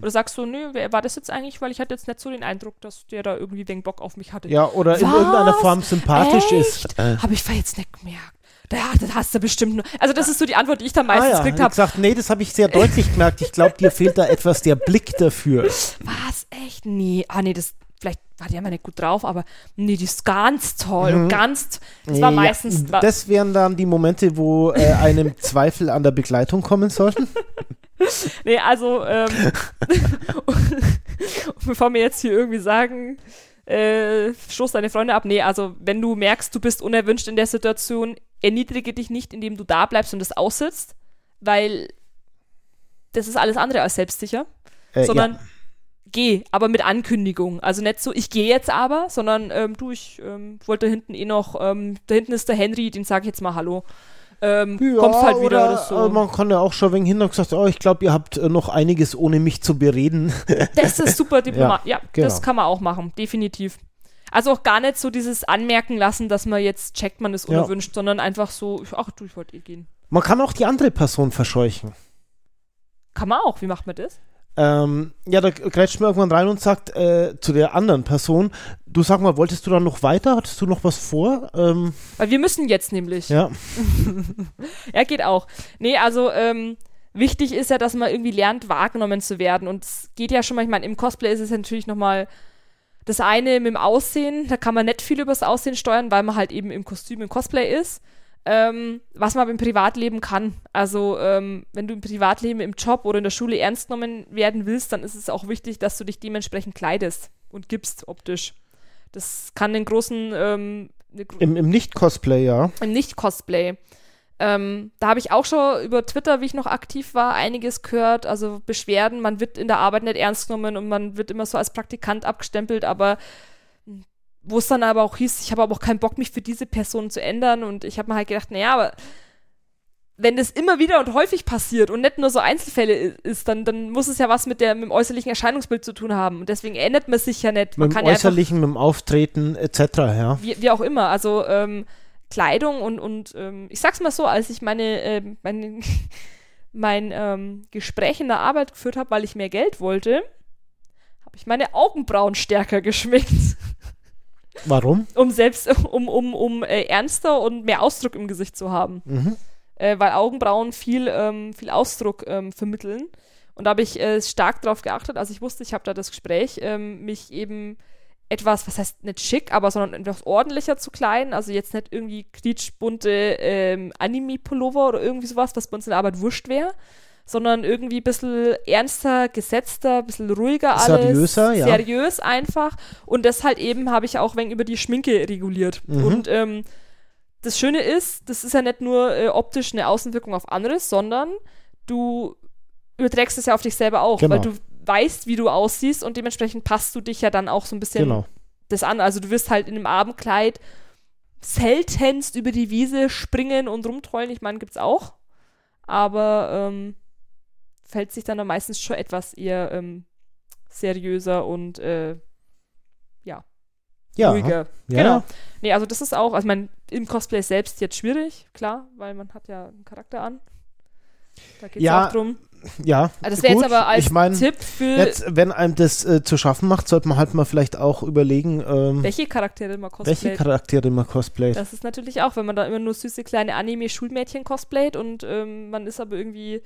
Oder sagst du, nö, wer war das jetzt eigentlich? Weil ich hatte jetzt nicht so den Eindruck, dass der da irgendwie den Bock auf mich hatte.
Ja, oder in
Was?
irgendeiner Form sympathisch ist. Äh,
Habe ich jetzt nicht gemerkt. Da, das hast du bestimmt nur. Also, das ist so die Antwort, die ich dann
Ah
meistens
ja, ich
gekriegt habe.
gesagt, nee, das habe ich sehr deutlich gemerkt. Ich glaube, dir fehlt da etwas der Blick dafür.
Was? Echt? Nee. Ah, nee, das. Vielleicht war die immer nicht gut drauf, aber nee, die ist ganz toll. und Ganz. Das war
Mhm. Ja,
meistens. war,
das wären dann die Momente, wo äh, einem Zweifel an der Begleitung kommen sollten.
Nee, also, ähm, und bevor mir jetzt hier irgendwie sagen, äh, stoß deine Freunde ab. Nee, also, wenn du merkst, du bist unerwünscht in der Situation, erniedrige dich nicht, indem du da bleibst und das aussitzt, weil das ist alles andere als selbstsicher,
Äh,
sondern
ja.
geh, aber mit Ankündigung. Also nicht so, ich gehe jetzt aber, sondern ähm, du, ich ähm, wollte da hinten eh noch, ähm, da hinten ist der Henry, den sag ich jetzt mal Hallo. Ähm,
Ja,
kommst halt wieder
oder,
oder so.
äh, Man kann ja auch schon wegen hin und gesagt, oh, ich glaube, ihr habt äh, noch einiges ohne mich zu bereden.
Das ist super diplomatisch. Ja, das
genau.
kann man auch machen, definitiv. Also auch gar nicht so dieses Anmerken lassen, dass man jetzt checkt, man ist
Ja.
unerwünscht, sondern einfach so, ich- ach du, ich wollte eh gehen.
man kann auch die andere Person verscheuchen.
Kann man auch, wie macht man das?
Ähm, ja, da grätscht man irgendwann rein und sagt äh, zu der anderen Person, du sag mal, wolltest du da noch weiter? Hattest du noch was vor? Ähm,
Weil wir müssen jetzt nämlich. Ja,
ja,
geht auch. Nee, also ähm, wichtig ist ja, dass man irgendwie lernt, wahrgenommen zu werden. Und es geht ja schon mal, ich meine, im Cosplay ist es ja natürlich nochmal das eine mit dem Aussehen, da kann man nicht viel übers Aussehen steuern, weil man halt eben im Kostüm, im Cosplay ist. ähm, was man aber im Privatleben kann. Also ähm, wenn du im Privatleben, im Job oder in der Schule ernst genommen werden willst, dann ist es auch wichtig, dass du dich dementsprechend kleidest und gibst optisch. Das kann den großen ähm, eine gro-
im, im Nicht-Cosplay, ja.
im Nicht-Cosplay. Ähm, da habe ich auch schon über Twitter, wie ich noch aktiv war, einiges gehört. Also Beschwerden, man wird in der Arbeit nicht ernst genommen und man wird immer so als Praktikant abgestempelt, aber wo es dann aber auch hieß, ich habe aber auch keinen Bock, mich für diese Person zu ändern. Und ich habe mir halt gedacht, naja, aber wenn das immer wieder und häufig passiert und nicht nur so Einzelfälle i- ist, dann, dann muss es ja was mit, der, mit dem äußerlichen Erscheinungsbild zu tun haben. Und deswegen ändert man sich ja nicht. Man
Mit dem
kann ja einfach
Äußerlichen, mit dem Auftreten etc. Ja.
wie, wie auch immer. Also ähm, Kleidung und, und ähm, ich sag's mal so, als ich meine, ähm, meine mein ähm, Gespräch in der Arbeit geführt habe, weil ich mehr Geld wollte, habe ich meine Augenbrauen stärker geschminkt,
Warum?
um selbst, um, um, um äh, ernster und mehr Ausdruck im Gesicht zu haben.
Mhm.
Äh, weil Augenbrauen viel, ähm, viel Ausdruck ähm, vermitteln. Und da habe ich äh, stark drauf geachtet, als ich wusste, ich habe da das Gespräch, ähm, mich eben etwas, was heißt nicht schick, aber sondern etwas ordentlicher zu kleiden. Also jetzt nicht irgendwie quietschbunte ähm, Anime-Pullover oder irgendwie sowas, was bei uns in der Arbeit wurscht wäre, sondern irgendwie ein bisschen ernster, gesetzter, ein bisschen ruhiger alles.
Seriöser, ja.
Seriös einfach. Und das halt eben habe ich auch wegen über die Schminke reguliert.
Mhm.
Und ähm, das Schöne ist, das ist ja nicht nur äh, optisch eine Außenwirkung auf anderes, sondern du überträgst es ja auf dich selber auch,
Genau.
weil du weißt, wie du aussiehst und dementsprechend passt du dich ja dann auch so ein bisschen
Genau.
das an. Also du wirst halt in einem Abendkleid seltenst über die Wiese springen und rumtrollen. Ich meine, gibt's auch. Aber ähm, fällt sich dann da meistens schon etwas eher ähm, seriöser und äh,
Ja.
ruhiger.
ja.
Genau. Nee, also das ist auch, also mein, im Cosplay selbst jetzt schwierig, klar, weil man hat ja einen Charakter an. Da geht's
Ja,
auch drum.
Ja.
Also das wäre jetzt
Gut,
aber als
ich mein,
Tipp für
Jetzt, wenn einem das äh, zu schaffen macht, sollte man halt mal vielleicht auch überlegen, ähm,
welche Charaktere man cosplayt.
welche Charaktere man cosplayt.
das ist natürlich auch, wenn man da immer nur süße kleine Anime-Schulmädchen cosplayt und ähm, man ist aber irgendwie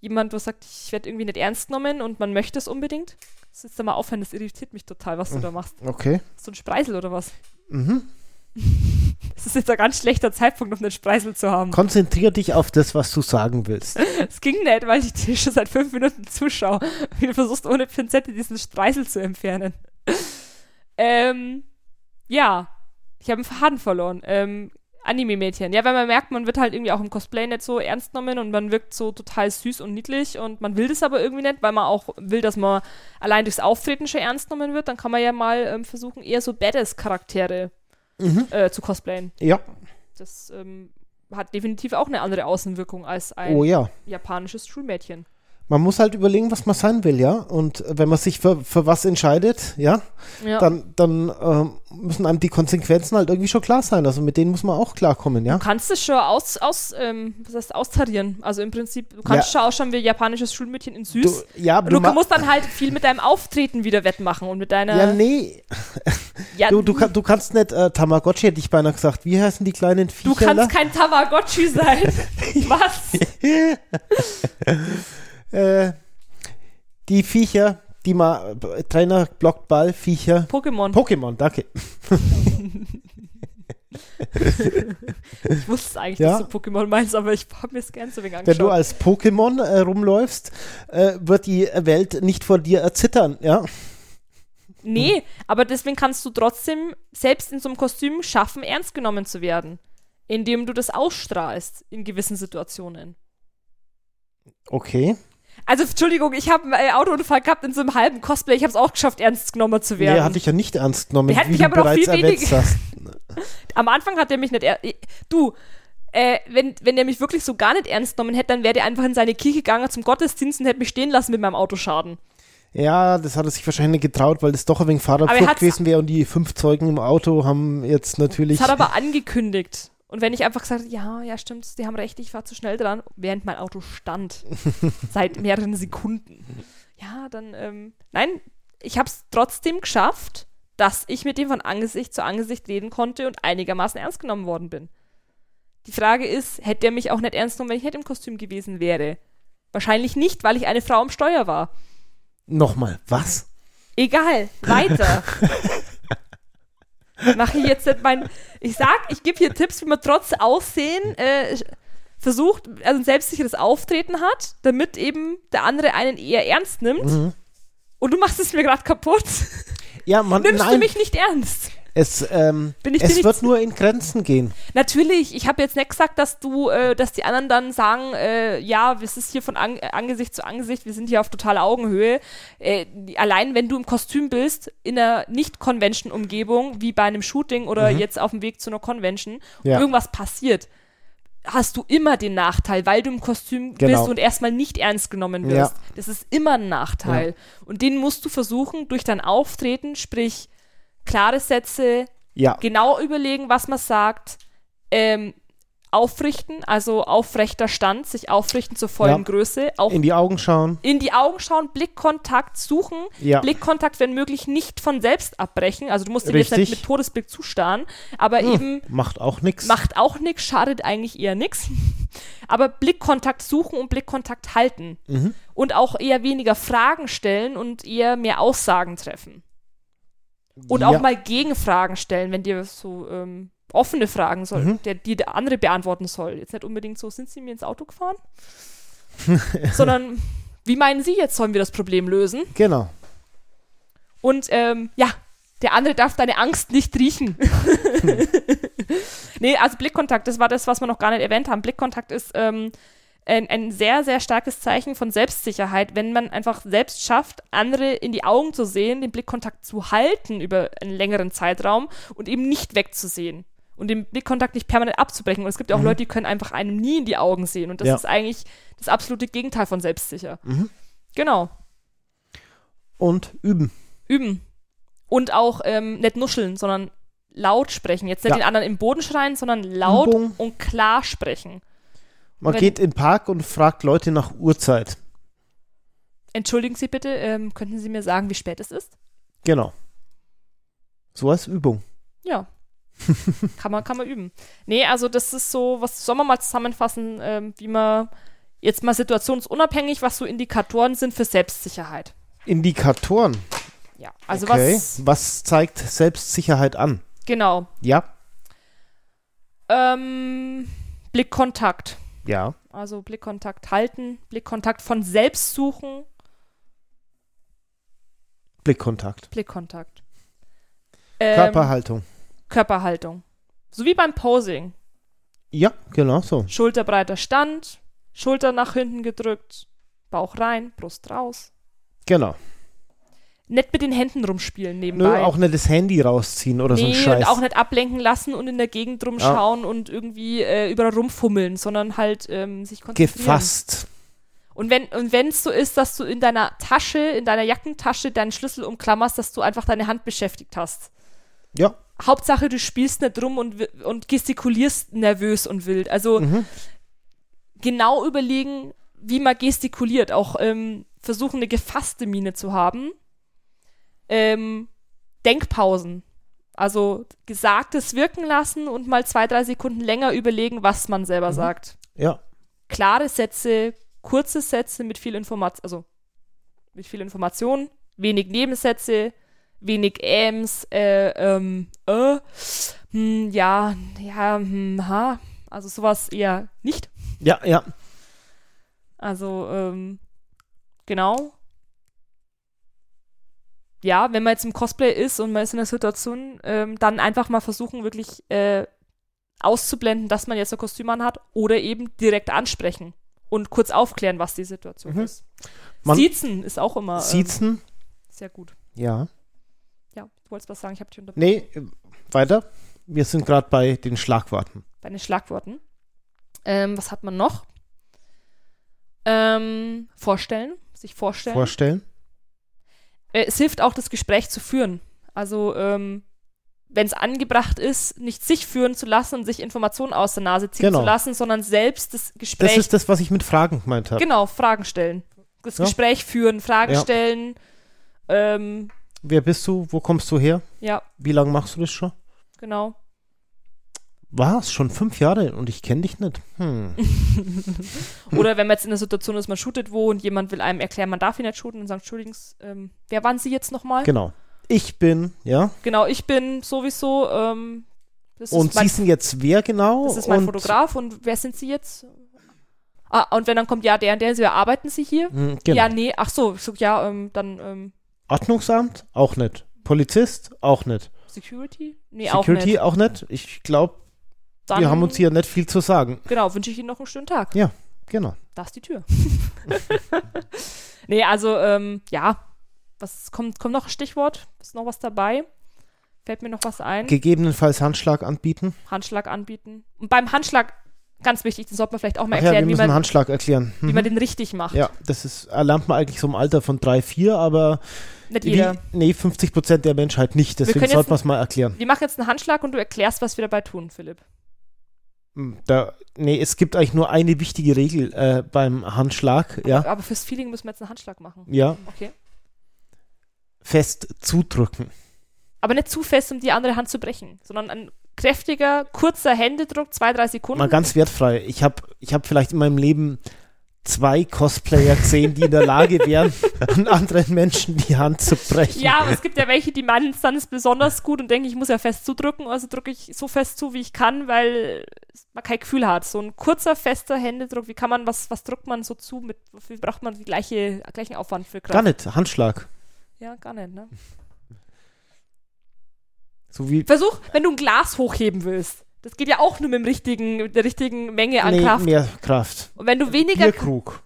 jemand, was sagt, ich werde irgendwie nicht ernst genommen und man möchte es unbedingt. Das jetzt da mal aufhören, das irritiert mich total,
Hm.
was du da machst.
Okay.
So ein Spreisel oder was?
Mhm.
Das ist jetzt ein ganz schlechter Zeitpunkt, um den Spreisel zu haben.
Konzentrier dich auf das, was du sagen willst.
Es ging nicht, weil ich dir schon seit fünf Minuten zuschaue, wie du versuchst, ohne Pinzette diesen Streisel zu entfernen. Ähm, ja, ich habe einen Faden verloren. Ähm, Anime-Mädchen. Ja, weil man merkt, man wird halt irgendwie auch im Cosplay nicht so ernst genommen und man wirkt so total süß und niedlich und man will das aber irgendwie nicht, weil man auch will, dass man allein durchs Auftreten schon ernst genommen wird. Dann kann man ja mal ähm, versuchen, eher so Badass-Charaktere
Mhm.
äh, zu cosplayen.
Ja.
Das ähm, hat definitiv auch eine andere Außenwirkung als ein
Oh ja.
japanisches Schulmädchen.
Man muss halt überlegen, was man sein will, ja. Und äh, wenn man sich für, für was entscheidet, ja,
Ja.
dann, dann ähm, müssen einem die Konsequenzen halt irgendwie schon klar sein. Also mit denen muss man auch klarkommen, ja.
du kannst es schon aus, aus ähm, was heißt austarieren. Also im Prinzip, du kannst schon ausschauen wie ein japanisches Schulmädchen in
Du,
Süß.
ja,
Du,
ma-
musst dann halt viel mit deinem Auftreten wieder wettmachen und mit deiner.
ja, nee,
ja,
du, du, kann, du kannst nicht, äh, Tamagotchi hätte ich beinahe gesagt, wie heißen die kleinen
du
Viecher?
kannst kein Tamagotchi sein. was?
äh, die Viecher, die man, äh, Trainer, Blockball, Viecher,
Pokémon.
Pokémon, danke.
ich wusste eigentlich,
Ja.
dass du Pokémon meinst, aber ich hab mir es gern so wegen
Wenn du
angeschaut.
als Pokémon äh, rumläufst, äh, wird die Welt nicht vor dir erzittern, ja.
Nee, aber deswegen kannst du trotzdem selbst in so einem Kostüm schaffen, ernst genommen zu werden. Indem du das ausstrahlst in gewissen Situationen.
Okay.
Also, Entschuldigung, ich habe einen Autounfall gehabt in so einem halben Cosplay. Ich habe es auch geschafft, ernst genommen zu werden.
Nee, hatte ich ja nicht ernst genommen,
Der hat
wie
mich
du
aber noch
bereits
viel
erwähnt
weniger-
hast.
Am Anfang hat er mich nicht er Du, äh, wenn, wenn der mich wirklich so gar nicht ernst genommen hätte, dann wäre der einfach in seine Kirche gegangen zum Gottesdienst und hätte mich stehen lassen mit meinem Autoschaden.
Ja, das hat er sich wahrscheinlich nicht getraut, weil das doch ein wenig
Aber er
Fahrradflucht
hat's-
gewesen wäre und die fünf Zeugen im Auto haben jetzt natürlich.
Das hat er aber angekündigt. Und wenn ich einfach gesagt hätte, ja, ja, stimmt, die haben recht, ich war zu schnell dran, während mein Auto stand. seit mehreren Sekunden. Ja, dann, ähm, nein, ich habe es trotzdem geschafft, dass ich mit dem von Angesicht zu Angesicht reden konnte und einigermaßen ernst genommen worden bin. Die Frage ist, hätte er mich auch nicht ernst genommen, wenn ich nicht im Kostüm gewesen wäre? Wahrscheinlich nicht, weil ich eine Frau am Steuer war.
Nochmal, was?
Egal, weiter. Mache ich jetzt nicht mein. Ich sag, ich gebe hier Tipps, wie man trotz Aussehen äh, versucht, also ein selbstsicheres Auftreten hat, damit eben der andere einen eher ernst nimmt. Und du machst es mir gerade kaputt.
Ja, man,
Nimmst
nein,
du mich nicht ernst?
es, ähm,
Bin ich dir
es
nicht
wird
zu-
nur in Grenzen gehen.
Natürlich, ich habe jetzt nicht gesagt, dass du, äh, dass die anderen sagen, äh, ja, es ist hier von an äh, Angesicht zu Angesicht, wir sind hier auf totaler Augenhöhe. Äh, die- allein wenn du im Kostüm bist, in einer Nicht-Convention-Umgebung, wie bei einem Shooting oder jetzt auf dem Weg zu einer Convention,
Mhm. Ja.
und irgendwas passiert, hast du immer den Nachteil, weil du im Kostüm
Genau.
bist und erstmal nicht ernst genommen wirst. Das ist immer ein Nachteil. Und den musst du versuchen, durch dein Auftreten, sprich klare Sätze,
Ja,
genau überlegen, was man sagt, ähm, aufrichten, also aufrechter Stand, sich aufrichten zur vollen
Ja.
Größe, auch
in die Augen schauen.
in die Augen schauen, Blickkontakt suchen,
Ja.
Blickkontakt, wenn möglich, nicht von selbst abbrechen, also du musst dir jetzt
Richtig. Hm.
nicht mit Todesblick zustarren, aber eben
Macht auch nichts.
macht auch nichts, schadet eigentlich eher nichts, aber Blickkontakt suchen und Blickkontakt halten
Mhm.
und auch eher weniger Fragen stellen und eher mehr Aussagen treffen. Und
ja.
auch mal Gegenfragen stellen, wenn dir so ähm, offene Fragen soll, der, die der andere beantworten soll. Jetzt nicht unbedingt so, sind sie mir ins Auto gefahren? Sondern, wie meinen sie jetzt, sollen wir das Problem lösen?
Genau.
Und ähm, ja, der andere darf deine Angst nicht riechen. nee, also Blickkontakt, das war das, was wir noch gar nicht erwähnt haben. Blickkontakt ist ähm, ein, ein sehr, sehr starkes Zeichen von Selbstsicherheit, wenn man einfach selbst schafft, andere in die Augen zu sehen, den Blickkontakt zu halten über einen längeren Zeitraum und eben nicht wegzusehen. Und den Blickkontakt nicht permanent abzubrechen. Und es gibt ja auch Leute, die können einfach einem nie in die Augen sehen. Und das
Ja.
ist eigentlich das absolute Gegenteil von selbstsicher. Genau
Und üben.
üben. Und auch ähm, nicht nuscheln, sondern laut sprechen. Jetzt nicht
Ja.
den anderen im Boden schreien, sondern laut
Übung.
und klar sprechen.
Man
Wenn-
geht in den Park und fragt Leute nach Uhrzeit.
Entschuldigen Sie bitte, ähm, könnten Sie mir sagen, wie spät es ist?
Genau. So als Übung.
Ja. kann, man, kann man üben. Nee, also das ist so, was soll man mal zusammenfassen, ähm, wie man jetzt mal situationsunabhängig, was so Indikatoren sind für Selbstsicherheit.
Indikatoren.
Ja, also
okay.
was,
was zeigt Selbstsicherheit an?
genau.
Ja.
Ähm, Blickkontakt.
Ja.
Also Blickkontakt halten, Blickkontakt von selbst suchen,
Blickkontakt.
Blickkontakt. Ähm,
Körperhaltung.
Körperhaltung. So wie beim Posing.
Ja, genau so.
Schulterbreiter Stand, Schulter nach hinten gedrückt, Bauch rein, Brust raus.
Genau.
Nicht mit den Händen rumspielen nebenbei.
Nö, auch nicht das Handy rausziehen oder so ein
nee,
Scheiß.
und auch nicht ablenken lassen und in der Gegend rumschauen und irgendwie äh, überall rumfummeln, sondern halt ähm, sich konzentrieren.
Gefasst.
Und wenn und es so ist, dass du in deiner Tasche, in deiner Jackentasche deinen Schlüssel umklammerst, dass du einfach deine Hand beschäftigt hast.
Ja.
Hauptsache, du spielst nicht rum und, wi- und gestikulierst nervös und wild. Also genau überlegen, wie man gestikuliert. Auch ähm, versuchen, eine gefasste Miene zu haben. Ähm, Denkpausen. Also Gesagtes wirken lassen und mal zwei, drei Sekunden länger überlegen, was man selber sagt.
Ja.
Klare Sätze, kurze Sätze mit viel Information, also mit viel Information, wenig Nebensätze, wenig Äms, äh, ähm, äh, hm, ja, ja, hm, ha. Also sowas eher nicht.
Ja, ja.
Also, ähm, genau. Ja, wenn man jetzt im Cosplay ist und man ist in der Situation, ähm, dann einfach mal versuchen, wirklich äh, auszublenden, dass man jetzt ein Kostüm anhat oder eben direkt ansprechen und kurz aufklären, was die Situation
Mhm.
ist.
Man-
Siezen ist auch immer ähm,
Siezen,
sehr gut.
ja.
Ja, du wolltest was sagen, ich habe dich unterbrochen.
Nee, äh, weiter. Wir sind gerade bei den Schlagworten.
bei den Schlagworten. Ähm, was hat man noch? Ähm, vorstellen, sich vorstellen.
Vorstellen.
äh, es hilft auch, das Gespräch zu führen. Also, ähm, wenn es angebracht ist, nicht sich führen zu lassen und sich Informationen aus der Nase ziehen
Genau.
zu lassen, sondern selbst das Gespräch,
Das ist das, was ich mit Fragen gemeint habe.
genau, Fragen stellen. Das
Ja.
Gespräch führen, Fragen
Ja.
stellen. Ähm,
Wer bist du? Wo kommst du her?
ja,
Wie lange machst du das schon?
genau.
Was? Schon fünf Jahre und ich kenne dich nicht. Hm.
Oder wenn man jetzt in der Situation ist, man shootet wo und jemand will einem erklären, man darf ihn nicht shooten und sagt, Entschuldigung, ähm, wer waren Sie jetzt nochmal?
Genau. Ich bin, ja.
Genau, ich bin sowieso. Ähm, das
Und
ist mein,
sie sind jetzt wer genau?
das ist mein
und,
Fotograf und wer sind Sie jetzt? Ah, und wenn dann kommt, ja, der und der, Sie arbeiten Sie hier?
Hm, genau.
Ja, nee, ach so, ich so ja, ähm, dann ähm,
Ordnungsamt? Auch nicht. Polizist? Auch nicht.
Security? Nee, auch
Security?
nicht.
Auch nicht. Ich glaube,
Dann,
wir haben uns hier nicht viel zu sagen.
Genau, wünsche ich Ihnen noch einen schönen Tag.
Genau.
Da ist die Tür. nee, also, ähm, ja. Was kommt, kommt noch ein Stichwort? Ist noch was dabei? Fällt mir noch was ein?
Gegebenenfalls Handschlag anbieten.
Handschlag anbieten. Und beim Handschlag, ganz wichtig, das sollte man vielleicht auch mal
Ach ja, wir
erklären, wie,
müssen
man,
Handschlag erklären.
wie
Mhm.
man den richtig macht.
Ja, das ist, erlernt man eigentlich so im Alter von drei, vier, aber
Nicht
wie,
jeder.
nee, 50 Prozent der Menschheit nicht. Deswegen
können
sollte
jetzt-
man es mal erklären.
Wir machen jetzt einen Handschlag und du erklärst, was wir dabei tun, Philipp.
Hm, Da, nee, es gibt eigentlich nur eine wichtige Regel äh, beim Handschlag, ja.
Aber fürs Feeling müssen wir jetzt einen Handschlag machen.
Ja,
Okay.
fest zudrücken.
Aber nicht zu fest, um die andere Hand zu brechen, sondern ein kräftiger, kurzer Händedruck, zwei, drei Sekunden.
Mal ganz wertfrei. Ich habe ich hab vielleicht in meinem Leben zwei Cosplayer gesehen, die in der Lage wären, an anderen Menschen die Hand zu brechen.
ja, aber es gibt ja welche, die meinen es dann ist besonders gut und denken, ich muss ja fest zudrücken, also drücke ich so fest zu, wie ich kann, weil man kein Gefühl hat. So ein kurzer, fester Händedruck, wie kann man, was, was drückt man so zu, mit, wie braucht man die gleiche, gleichen Aufwand für Kraft?
Gar nicht, Handschlag.
Ja, gar nicht, ne?
So wie
Versuch, wenn du ein Glas hochheben willst. Das geht ja auch nur mit, dem richtigen, mit der richtigen Menge an
nee,
Kraft.
mehr Kraft.
Und wenn du weniger.
Bierkrug.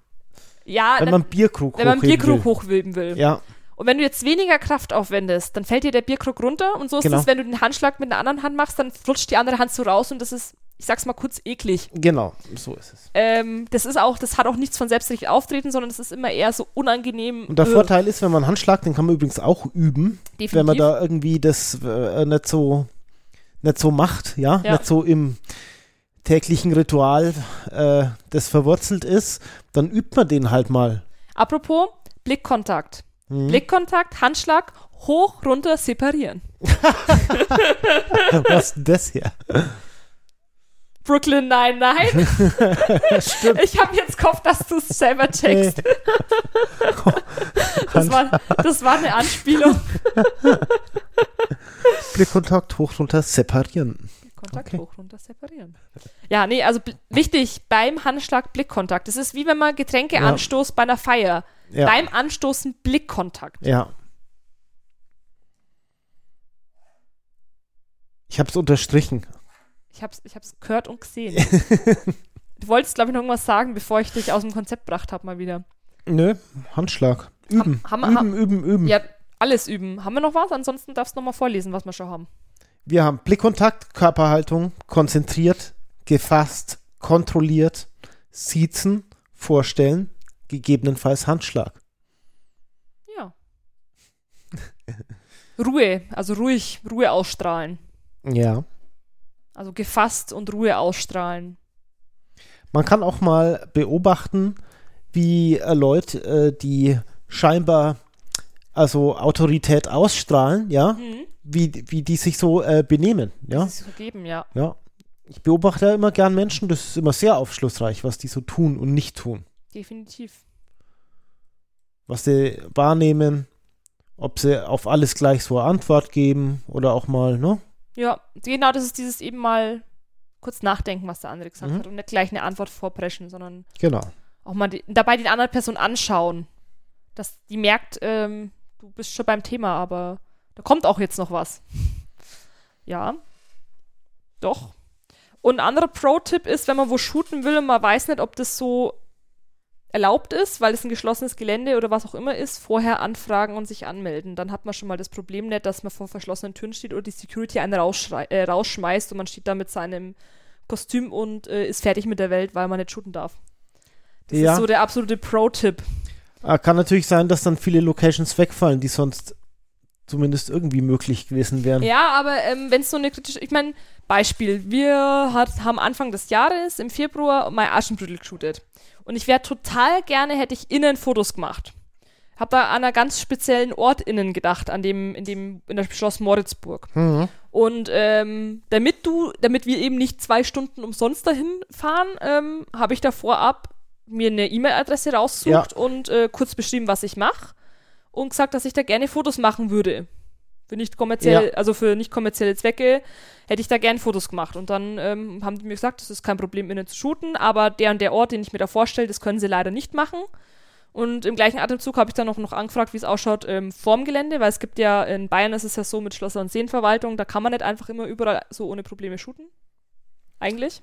ja,
Wenn
Ah, dann-
man Bierkrug
wenn man einen
hochheben
Bierkrug
will.
hochwilben will.
Ja,
Und wenn du jetzt weniger Kraft aufwendest, dann fällt dir der Bierkrug runter. Und so ist
Genau.
es, wenn du den Handschlag mit der anderen Hand machst, dann rutscht die andere Hand so raus. Und das ist, ich sag's mal kurz, eklig.
genau, so ist es.
Ähm, das ist auch, das hat auch nichts von selbstständig auftreten, sondern es ist immer eher so unangenehm.
Und der
äh,
Vorteil ist, wenn man Handschlag, den kann man übrigens auch üben,
definitiv.
wenn man da irgendwie das äh, nicht so nicht so macht, ja,
Ja.
nicht so im täglichen Ritual äh, das verwurzelt ist, dann übt man den halt mal.
Apropos, Blickkontakt.
Mhm.
Blickkontakt, Handschlag, hoch, runter, separieren.
Was ist denn das her?
Brooklyn, nein, nein. ich habe jetzt gehofft, dass du es selber checkst.
Äh,
Das war, das war eine Anspielung.
Blickkontakt hoch runter separieren.
Kontakt
Okay.
hoch, runter, separieren. Ja, nee, also bl- wichtig, beim Handschlag Blickkontakt. Das ist wie wenn man Getränke
Ja.
anstoßt bei einer Feier.
Ja.
Beim Anstoßen Blickkontakt.
Ja. Ich hab's unterstrichen.
Ich hab's, ich hab's gehört und gesehen. du wolltest, glaube ich, noch irgendwas sagen, bevor ich dich aus dem Konzept gebracht habe mal wieder.
Nö, Handschlag. Üben.
Ham- ham-
üben, üben, üben.
Ja, alles üben. Haben wir noch was? Ansonsten darfst du nochmal vorlesen, was wir schon haben.
Wir haben Blickkontakt, Körperhaltung, konzentriert, gefasst, kontrolliert, siezen, vorstellen, gegebenenfalls Handschlag.
Ja. Ruhe, also ruhig, Ruhe ausstrahlen.
Ja.
Also gefasst und Ruhe ausstrahlen.
Man kann auch mal beobachten, wie äh, Leute, äh, die scheinbar also Autorität ausstrahlen, ja,
Mhm.
wie, wie die sich so äh, benehmen,
Ja.
ja.
Das ist so geben, ja.
Ja. Ich beobachte ja immer gern Menschen, das ist immer sehr aufschlussreich, was die so tun und nicht tun.
Definitiv.
was sie wahrnehmen, ob sie auf alles gleich so eine Antwort geben oder auch mal, ne?
Ja, genau, das ist dieses eben mal kurz nachdenken, was der andere gesagt
Mhm.
hat und nicht gleich eine Antwort vorpreschen, sondern
Genau.
auch mal die, dabei die andere Person anschauen, dass die merkt, ähm, du bist schon beim Thema, aber da kommt auch jetzt noch was. Ja, doch. Und ein anderer Pro-Tipp ist, wenn man wo shooten will und man weiß nicht, ob das so erlaubt ist, weil es ein geschlossenes Gelände oder was auch immer ist, vorher anfragen und sich anmelden. Dann hat man schon mal das Problem nicht, dass man vor verschlossenen Türen steht oder die Security einen äh, rausschmeißt und man steht da mit seinem Kostüm und äh, ist fertig mit der Welt, weil man nicht shooten darf. Das
Ja.
ist so der absolute Pro-Tipp.
Ah, Kann natürlich sein, dass dann viele Locations wegfallen, die sonst zumindest irgendwie möglich gewesen wären.
Ja, aber ähm, wenn es so eine kritische, ich meine, Beispiel, wir hat, haben Anfang des Jahres im Februar mein Aschenbrödel geshootet. Und ich wäre total gerne, hätte ich innen Fotos gemacht. Hab da an einer ganz speziellen Ort innen gedacht, an dem, in dem, in dem Schloss Moritzburg.
Mhm.
Und ähm, damit du, damit wir eben nicht zwei Stunden umsonst dahin fahren, ähm, habe ich da vorab mir eine E-Mail-Adresse rausgesucht und äh, kurz beschrieben, was ich mache und gesagt, dass ich da gerne Fotos machen würde. Für nicht kommerziell, also für nicht kommerzielle Zwecke hätte ich da gern Fotos gemacht. Und dann ähm, haben die mir gesagt, das ist kein Problem, innen zu shooten, aber der und der Ort, den ich mir da vorstelle, das können sie leider nicht machen. Und im gleichen Atemzug habe ich dann auch noch angefragt, wie es ausschaut ähm, vorm Gelände, weil es gibt ja, in Bayern ist es ja so mit Schlösser- und Seenverwaltung, da kann man nicht einfach immer überall so ohne Probleme shooten. Eigentlich.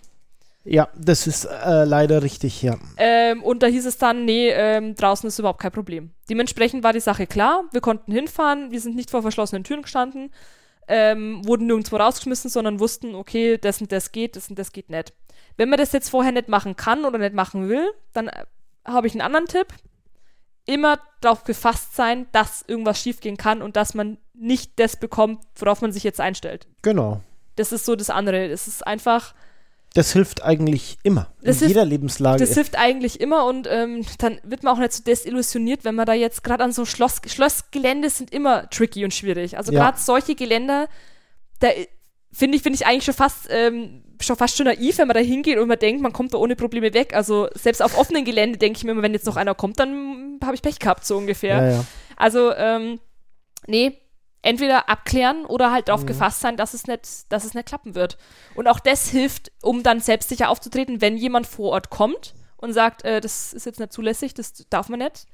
Ja, das ist äh, leider richtig, ja.
Ähm, und da hieß es dann, nee, ähm, draußen ist überhaupt kein Problem. Dementsprechend war die Sache klar, wir konnten hinfahren, wir sind nicht vor verschlossenen Türen gestanden, ähm, wurden nirgendwo rausgeschmissen, sondern wussten, okay, das und das geht, das und das geht nicht. Wenn man das jetzt vorher nicht machen kann oder nicht machen will, dann äh, habe ich einen anderen Tipp. Immer darauf gefasst sein, dass irgendwas schiefgehen kann und dass man nicht das bekommt, worauf man sich jetzt einstellt.
Genau.
Das ist so das andere. Das ist einfach,
Das hilft eigentlich immer.
Das
in
hilft-
jeder Lebenslage.
Das hilft eigentlich immer und ähm, dann wird man auch nicht so desillusioniert, wenn man da jetzt gerade an so einem Schloss, Schlossgelände sind immer tricky und schwierig. Also
Ja.
gerade solche Geländer, da i- finde ich, finde ich eigentlich schon fast, ähm, schon fast schon naiv, wenn man da hingeht und man denkt, man kommt da ohne Probleme weg. Also selbst auf offenen Gelände denke ich mir immer, wenn jetzt noch einer kommt, dann habe ich Pech gehabt, so ungefähr.
ja, ja.
Also, ähm, nee, entweder abklären oder halt
Mhm.
darauf gefasst sein, dass es, nicht, dass es nicht klappen wird. Und auch das hilft, um dann selbstsicher aufzutreten, wenn jemand vor Ort kommt und sagt, äh, das ist jetzt nicht zulässig, das darf man nicht.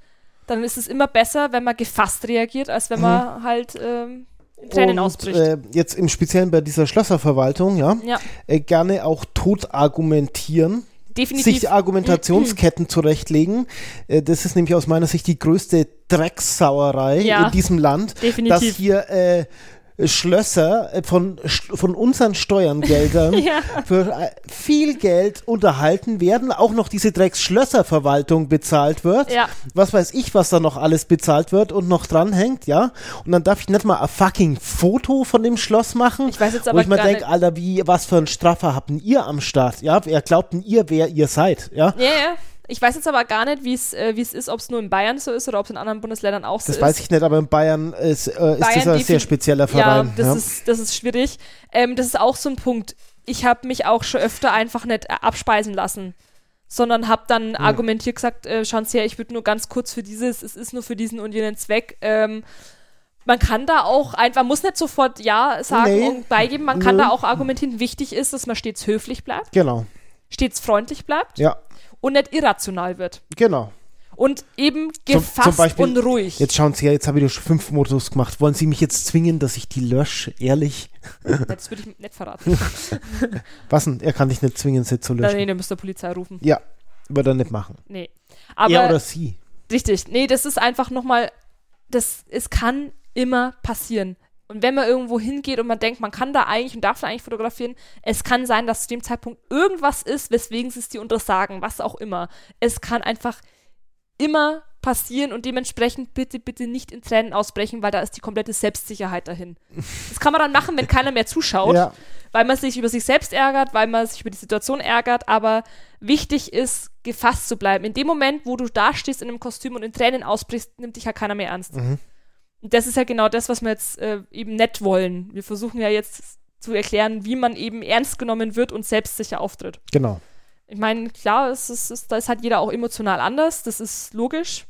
Dann ist es immer besser, wenn man gefasst reagiert, als wenn man halt ähm, in Tränen
Mhm. Und
ausbricht.
äh, jetzt im Speziellen bei dieser Schlösserverwaltung, ja,
ja,
äh, gerne auch tot argumentieren.
definitiv.
sich Argumentationsketten zurechtlegen. Äh, Das ist nämlich aus meiner Sicht die größte Dreckssauerei
Ja.
in diesem Land, dass
Definitiv.
hier äh, Schlösser äh, von, Sch- von unseren Steuergeldern
Ja.
für äh, viel Geld unterhalten werden, auch noch diese Drecksschlösserverwaltung bezahlt wird.
Ja.
Was weiß ich, was da noch alles bezahlt wird und noch dranhängt, ja. Und dann darf ich nicht mal ein fucking Foto von dem Schloss machen.
Ich weiß jetzt
Wo
aber
ich mir
gar
denke,
nicht-
Alter, wie, was für ein Straffer habt denn ihr am Start? Ja, wer glaubt denn ihr, wer ihr seid? Ja,
Ja, ja. Ich weiß jetzt aber gar nicht, wie es äh, wie es ist, ob es nur in Bayern so ist oder ob es in anderen Bundesländern auch so
das
ist.
weiß ich nicht, aber in Bayern ist, äh, ist
Bayern
das ein
defin-
sehr spezieller Verein.
Ja, das,
ja.
Ist, das ist schwierig. Ähm, das ist auch so ein Punkt. Ich habe mich auch schon öfter einfach nicht äh, abspeisen lassen, sondern habe dann
Hm.
argumentiert gesagt, äh, schauen Sie her, ich würde nur ganz kurz für dieses, es ist nur für diesen und jenen Zweck. Ähm, man kann da auch einfach, man muss nicht sofort Ja sagen
Nee.
und beigeben, man kann
Nö.
da auch argumentieren, wichtig ist, dass man stets höflich bleibt,
Genau,
stets freundlich bleibt
ja,
und nicht irrational wird.
genau.
Und eben
Zum-
gefasst
zum Beispiel-
und ruhig.
Jetzt schauen Sie her, jetzt habe ich doch schon fünf Motos gemacht. Wollen Sie mich jetzt zwingen, dass ich die lösche? Ehrlich?
das würde ich nicht verraten.
Was denn? Er kann dich nicht zwingen, sie zu löschen.
Nein, nee, da müsst ihr Polizei rufen.
Ja, würde er nicht machen.
Nee. Aber
er oder sie.
Richtig. Nee, das ist einfach nochmal, das, es kann immer passieren. Und wenn man irgendwo hingeht und man denkt, man kann da eigentlich und darf da eigentlich fotografieren, es kann sein, dass zu dem Zeitpunkt irgendwas ist, weswegen sie es dir untersagen, was auch immer. Es kann einfach immer passieren und dementsprechend bitte, bitte nicht in Tränen ausbrechen, weil da ist die komplette Selbstsicherheit dahin. Das kann man dann machen, wenn keiner mehr zuschaut
Ja,
weil man sich über sich selbst ärgert, weil man sich über die Situation ärgert, aber wichtig ist, gefasst zu bleiben. In dem Moment, wo du dastehst in einem Kostüm und in Tränen ausbrichst, nimmt dich ja keiner mehr ernst. Und das ist ja genau das, was wir jetzt äh, eben nett wollen. Wir versuchen ja jetzt zu erklären, wie man eben ernst genommen wird und selbstsicher auftritt.
genau.
Ich meine, klar, es ist, es ist, da ist halt jeder auch emotional anders, das ist logisch,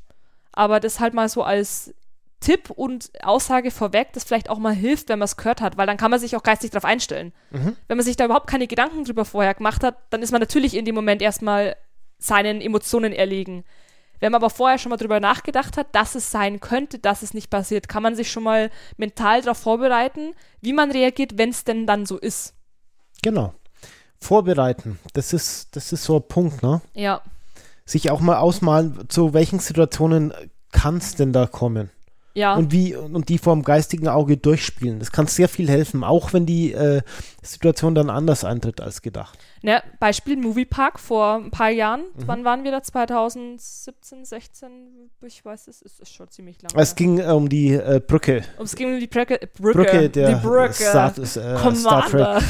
aber das halt mal so als Tipp und Aussage vorweg, das vielleicht auch mal hilft, wenn man es gehört hat, weil dann kann man sich auch geistig darauf einstellen. Wenn man sich da überhaupt keine Gedanken drüber vorher gemacht hat, dann ist man natürlich in dem Moment erstmal seinen Emotionen erlegen. Wenn man aber vorher schon mal drüber nachgedacht hat, dass es sein könnte, dass es nicht passiert, kann man sich schon mal mental darauf vorbereiten, wie man reagiert, wenn es denn dann so ist.
Genau. Vorbereiten. Das ist, das ist so ein Punkt, ne?
Ja.
sich auch mal ausmalen, zu welchen Situationen kann es denn da kommen.
Ja.
Und wie, und die vorm geistigen Auge durchspielen. Das kann sehr viel helfen, auch wenn die äh, Situation dann anders eintritt als gedacht.
Ne, Beispiel Moviepark vor ein paar Jahren.
Mhm.
Wann waren wir da? 2017, 16? Ich weiß, es ist, ist schon ziemlich lange.
Es ging äh, um die äh, Brücke.
Und es ging um die Brücke. äh, Brücke,
Brücke der
die Brücke.
Star, äh, Star Trek
Commander.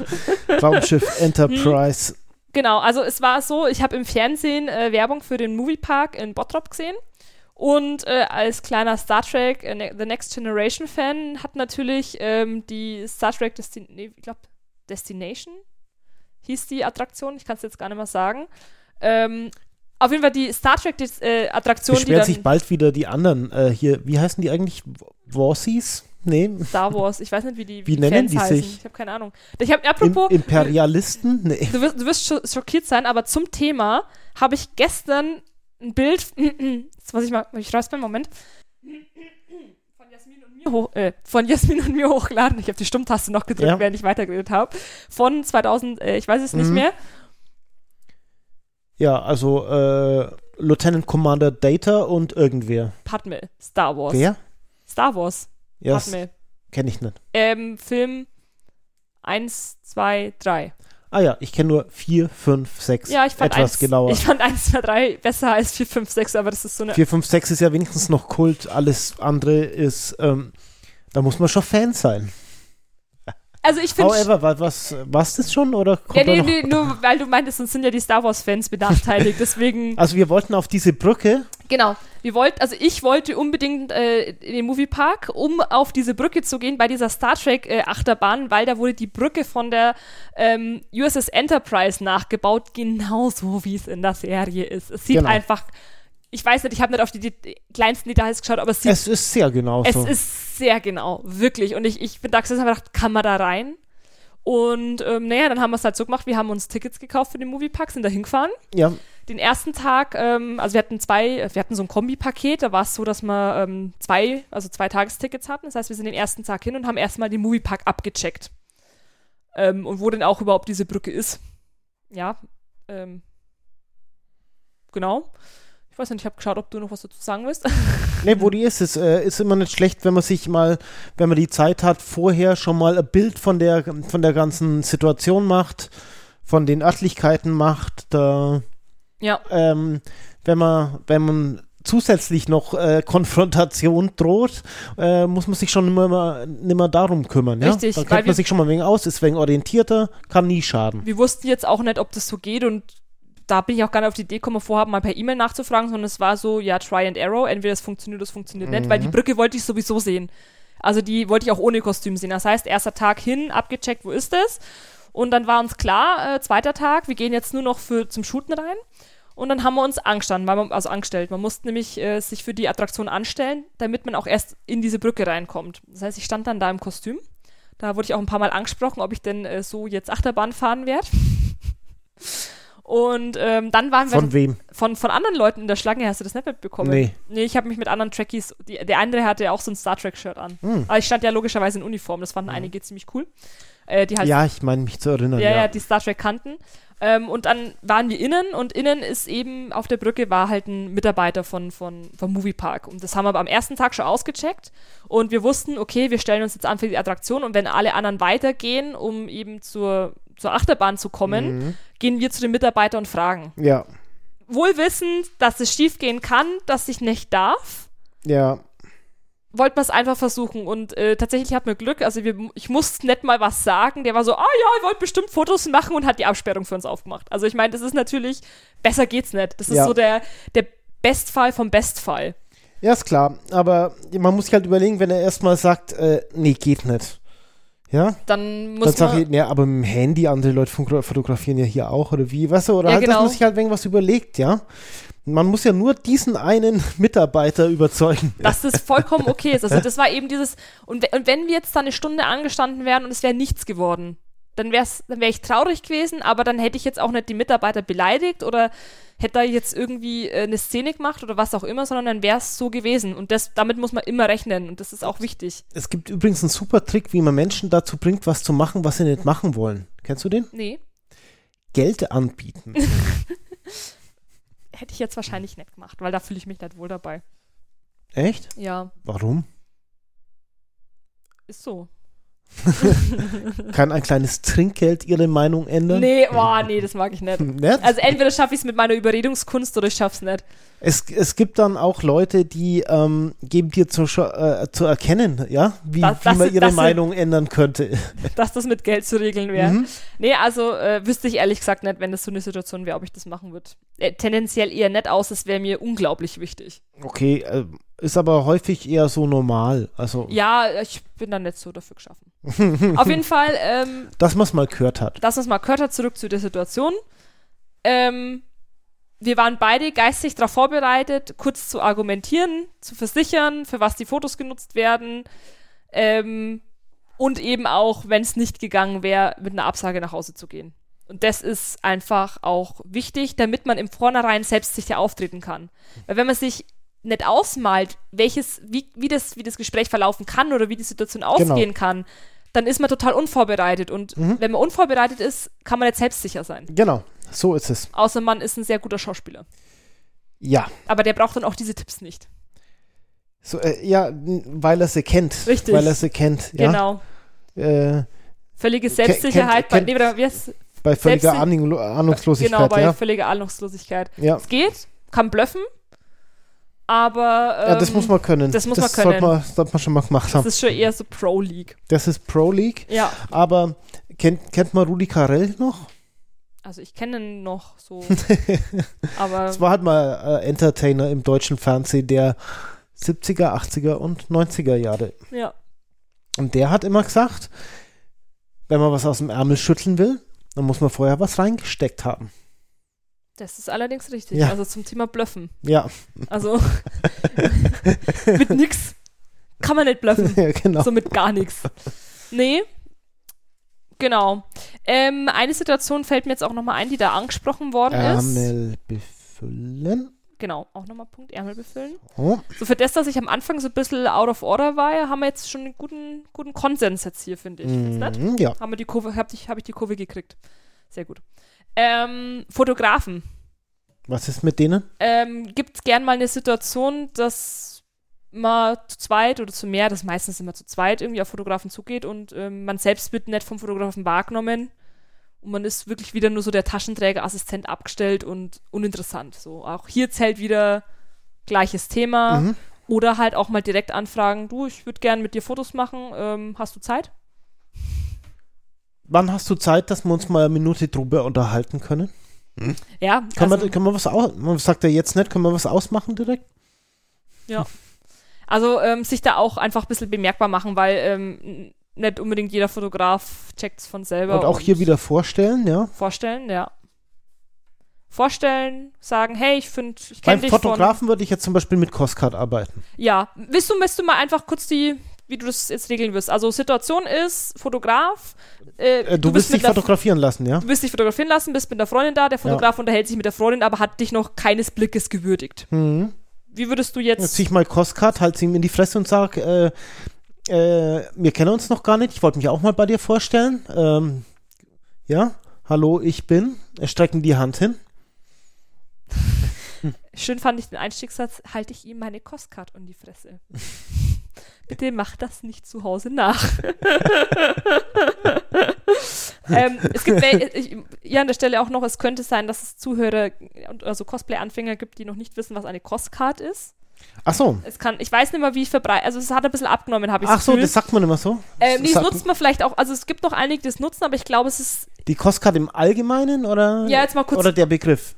Raumschiff
Hm.
Enterprise.
Genau, also es war so, ich habe im Fernsehen äh, Werbung für den Moviepark in Bottrop gesehen. Und äh, als kleiner Star Trek äh, Ne- The Next Generation Fan hat natürlich ähm, die Star Trek Desti nee, ich glaub, Destination hieß die Attraktion, ich kann es jetzt gar nicht mehr sagen. Ähm, auf jeden Fall die Star Trek Des- äh, Attraktion, die
Beschweren sich
dann
bald wieder die anderen äh, hier. Wie heißen die eigentlich? Warsies? Nee.
Star Wars, ich weiß nicht, wie die,
Wie
die
nennen
Fans
die
heißen.
sich?
Ich habe keine Ahnung. Ich habe
Im,
apropos
Imperialisten? Nee.
du wirst, du wirst scho- schockiert sein, aber zum Thema habe ich gestern ein Bild, jetzt muss ich mal, ich räusper, Moment, von Jasmin und mir, hoch, äh, von Jasmin und mir hochladen. Ich habe die Stummtaste noch gedrückt,
Ja.
während ich weitergeredet habe. Von 2000, äh, ich weiß es nicht
Mhm.
mehr.
Ja, also äh, Lieutenant Commander Data und irgendwer.
Padme, Star Wars.
Wer?
Star Wars,
Ja,
Padme.
kenne ich nicht.
Ähm, Film 1, 2, 3.
Ah ja, ich kenne nur 4, 5, 6.
Ja, ich fand
Etwas
eins,
genauer.
Ich fand 1, 2, 3 besser als 4, 5, 6, aber das ist so eine
4, 5, 6 ist ja wenigstens noch Kult. Alles andere ist, ähm, da muss man schon Fan sein.
Also ich finde
However, war was, was das schon oder kommt
Ja,
da
nee,
noch?
nee, nur weil du meintest, uns sind ja die Star Wars-Fans benachteiligt. Deswegen,
Also wir wollten auf diese Brücke.
genau. Wir wollten, also ich wollte unbedingt äh, in den Moviepark, um auf diese Brücke zu gehen bei dieser Star Trek-Achterbahn, weil da wurde die Brücke von der ähm, USS Enterprise nachgebaut, genauso wie es in der Serie ist. Es sieht
Genau.
einfach, ich weiß nicht, ich habe nicht auf die, det- kleinsten Details geschaut, aber es sieht
Es ist sehr genau
es
so.
ist sehr genau, wirklich. Und ich, ich bin da gesessen und hab gedacht, kann man da rein? Und ähm, naja, dann haben wir es halt so gemacht. Wir haben uns Tickets gekauft für den Moviepark, sind da hingefahren.
ja,
Den ersten Tag, ähm, also wir hatten zwei, wir hatten so ein Kombipaket, da war es so, dass wir ähm, zwei, also zwei Tagestickets hatten. Das heißt, wir sind den ersten Tag hin und haben erstmal den Moviepark abgecheckt. Ähm, und wo denn auch überhaupt diese Brücke ist. Ja, ähm, genau. Ich weiß nicht, ich habe geschaut, ob du noch was dazu sagen willst.
Nee, wo die ist, es äh, ist immer nicht schlecht, wenn man sich mal, wenn man die Zeit hat, vorher schon mal ein Bild von der, von der ganzen Situation macht, von den Örtlichkeiten macht. Da,
ja.
ähm, wenn man, wenn man zusätzlich noch äh, Konfrontation droht, äh, muss man sich schon nimmer, nimmer darum kümmern. Ja?
Richtig,
Dann
weil
kennt man
wir-
sich schon mal wegen aus, ist wegen orientierter, kann nie schaden.
wir wussten jetzt auch nicht, ob das so geht und da bin ich auch gar nicht auf die Idee gekommen, vorhaben, mal per E-Mail nachzufragen, sondern es war so, ja, try and arrow, entweder es funktioniert, es funktioniert nicht, weil die Brücke wollte ich sowieso sehen. Also die wollte ich auch ohne Kostüm sehen. Das heißt, erster Tag hin, abgecheckt, wo ist das? Und dann war uns klar, äh, zweiter Tag, wir gehen jetzt nur noch für, zum Shooten rein. Und dann haben wir uns angestanden, weil man, also angestellt. Man musste nämlich äh, sich für die Attraktion anstellen, damit man auch erst in diese Brücke reinkommt. Das heißt, ich stand dann da im Kostüm. Da wurde ich auch ein paar Mal angesprochen, ob ich denn äh, so jetzt Achterbahn fahren werde. Und ähm, dann waren wir
Von wem?
von, von anderen Leuten in der Schlange. Hast du das nicht mitbekommen?
Nee.
Nee, ich habe mich mit anderen Trekkies, die, der andere hatte ja auch so ein Star Trek-Shirt an.
Hm.
Aber ich stand ja logischerweise in Uniform, das fanden einige ziemlich cool. Äh, die halt
Ja, ich meine mich zu erinnern.
ja,
Ja,
ja, die Star Trek kannten. Ähm, und dann waren wir innen und innen ist eben auf der Brücke war halt ein Mitarbeiter von, von, vom Moviepark. Und das haben wir aber am ersten Tag schon ausgecheckt. Und wir wussten, okay, wir stellen uns jetzt an für die Attraktion und wenn alle anderen weitergehen, um eben zur, zur Achterbahn zu kommen, gehen wir zu dem Mitarbeiter und fragen.
ja,
Wohl wissend, dass es schief gehen kann, dass ich nicht darf
ja.
wollten wir es einfach versuchen und äh, tatsächlich hatten wir Glück. Also wir, ich musste nicht mal was sagen. Der war so, ah ja, ihr wollt bestimmt Fotos machen und hat die Absperrung für uns aufgemacht. Also ich meine, das ist natürlich, besser geht's nicht. Das ist
Ja.
so der, der Bestfall vom Bestfall.
Ja, ist klar. Aber man muss sich halt überlegen, wenn er erstmal sagt, äh, nee, geht nicht. Ja?
Dann
Dann
muss
sag ich,
man,
ja, aber mit dem Handy, andere Leute funko- fotografieren ja hier auch, oder wie, weißt du, oder
Ja,
halt, dass
genau.
man sich halt wegen was überlegt, ja? Man muss ja nur diesen einen Mitarbeiter überzeugen.
dass das vollkommen okay ist. Also das war eben dieses, und, we- und wenn wir jetzt da eine Stunde angestanden wären und es wäre nichts geworden, dann wär's, dann wäre ich traurig gewesen, aber dann hätte ich jetzt auch nicht die Mitarbeiter beleidigt oder hätte da jetzt irgendwie äh, eine Szene gemacht oder was auch immer, sondern dann wäre es so gewesen. Und das, damit muss man immer rechnen und das ist auch wichtig.
Es gibt übrigens einen super Trick, wie man Menschen dazu bringt, was zu machen, was sie nicht machen wollen. Kennst du den?
Nee.
Geld anbieten.
hätte ich jetzt wahrscheinlich nicht gemacht, weil da fühle ich mich nicht wohl dabei.
Echt?
Ja,
Warum?
ist so.
Kann ein kleines Trinkgeld Ihre Meinung ändern?
Nee, boah, nee, das mag ich nicht.
Nett?
Also entweder schaffe ich es mit meiner Überredungskunst oder ich schaff's nicht.
Es, es gibt dann auch Leute, die ähm, geben dir zu, scha- äh, zu erkennen, ja, wie,
Das-
wie
das
man
sind-
ihre
das sind-
Meinung ändern könnte.
Dass das mit Geld zu regeln wäre.
Mhm.
Nee, also äh, wüsste ich ehrlich gesagt nicht, wenn das so eine Situation wäre, ob ich das machen würde. Äh, tendenziell eher nicht aus, es wäre mir unglaublich wichtig.
Okay, äh, ist aber häufig eher so normal. Also,
Ja, ich bin da nicht so dafür geschaffen. Auf jeden Fall, ähm,
dass man es mal gehört hat.
das uns mal gehört hat, zurück zu der Situation. Ähm, wir waren beide geistig darauf vorbereitet, kurz zu argumentieren, zu versichern, für was die Fotos genutzt werden. Ähm, und eben auch, wenn es nicht gegangen wäre, mit einer Absage nach Hause zu gehen. Und das ist einfach auch wichtig, damit man im Vornherein selbstsicher auftreten kann. Weil wenn man sich nicht ausmalt, welches, wie, wie, das, wie das Gespräch verlaufen kann oder wie die Situation
Genau.
ausgehen kann, dann ist man total unvorbereitet. Und
Mhm.
wenn man unvorbereitet ist, kann man nicht selbstsicher sein.
Genau, so ist es.
Außer man ist ein sehr guter Schauspieler.
Ja.
Aber der braucht dann auch diese Tipps nicht.
So, äh, ja, n- weil er sie kennt.
Richtig.
Weil er sie kennt, ja.
Genau.
Äh,
Völlige
kennt-
Selbstsicherheit bei,
kennt-
nee, oder wie heißt es?
bei völliger
Selbst-
Ahnung, Ahnungslosigkeit,
Genau, bei
ja.
völliger Ahnungslosigkeit.
Ja.
Es geht, kann bluffen, aber ähm,
ja, das muss man können.
das muss man
Sollte
können.
man, sollte man schon mal gemacht
das
haben.
ist schon eher so Pro-League.
Das ist Pro League.
Ja,
Aber kennt, kennt man Rudi Carell noch?
also ich kenne ihn noch so, aber Ähm.
Das war halt mal äh, Entertainer im deutschen Fernsehen der 70er, 80er und 90er Jahre.
ja,
Und der hat immer gesagt, wenn man was aus dem Ärmel schütteln will, dann muss man vorher was reingesteckt haben.
das ist allerdings richtig.
Ja.
Also zum Thema Bluffen.
Ja,
Also mit nix kann man nicht bluffen.
ja genau.
So mit gar nichts. Nee. Genau. Ähm, eine Situation fällt mir jetzt auch nochmal ein, die da angesprochen worden ist.
Ärmel befüllen.
Genau, auch nochmal Punkt, Ärmel befüllen.
Oh,
So für das, dass ich am Anfang so ein bisschen out of order war, haben wir jetzt schon einen guten, guten Konsens jetzt hier, finde ich. Findest du nicht?
mm, ja.
Haben wir die Kurve, hab ich, hab ich die Kurve gekriegt. Sehr gut. Ähm, Fotografen.
Was ist mit denen?
ähm, gibt es gern mal eine Situation, dass man zu zweit oder zu mehr, das ist meistens immer zu zweit, irgendwie auf Fotografen zugeht und ähm, man selbst wird nicht vom Fotografen wahrgenommen und man ist wirklich wieder nur so der Taschenträgerassistent abgestellt und uninteressant. So, auch hier zählt wieder gleiches Thema
Mhm.
oder halt auch mal direkt anfragen, du, ich würde gern mit dir Fotos machen, ähm, hast du Zeit?
Wann hast du Zeit, dass wir uns mal eine Minute drüber unterhalten können?
Ja,
Kann,
also-
man, kann man was aus... Man sagt ja jetzt nicht, können wir was ausmachen direkt?
Also ähm, sich da auch einfach ein bisschen bemerkbar machen, weil ähm, n- nicht unbedingt jeder Fotograf checkt es von selber.
Und auch hier wieder vorstellen, ja?
Vorstellen, ja. Vorstellen, sagen, hey, ich finde, ich kenne
Beim
dich
Fotografen würde ich jetzt zum Beispiel mit Crosscard arbeiten.
von... Ja, willst du, willst du mal einfach kurz die, wie du das jetzt regeln wirst. Also Situation ist, Fotograf, äh,
Äh, du,
bist
willst dich
mit einer-
fotografieren lassen, ja?
Du wirst dich fotografieren lassen, bist mit der Freundin da, der Fotograf unterhält sich mit der Freundin, aber hat dich noch keines Blickes gewürdigt.
Mhm.
Wie würdest du
Jetzt
jetzt...
zieh ich mal Crosscard, halt sie ihm in die Fresse und sag, äh, äh, wir kennen uns noch gar nicht, ich wollte mich auch mal bei dir vorstellen. Ähm, ja, hallo, ich bin. Er strecken die Hand hin.
Schön fand ich den Einstiegssatz, halte ich ihm meine Kostcard um die Fresse. Bitte mach das nicht zu Hause nach. ähm, es gibt wel- ich, ja an der Stelle auch noch, es könnte sein, dass es Zuhörer und also Cosplay-Anfänger gibt, die noch nicht wissen, was eine Costcard ist.
Ach so.
Es kann, ich weiß nicht mehr, wie ich verbreitet, also es hat ein bisschen abgenommen, habe ich
Ach so,
Gefühl.
das sagt man immer so.
ähm, nee, das
Sagt-
nutzt man vielleicht auch, also es gibt noch einige, die es nutzen, aber ich glaube, es ist
die Crosscard im Allgemeinen oder,
Ja, jetzt mal kurz-
oder der Begriff?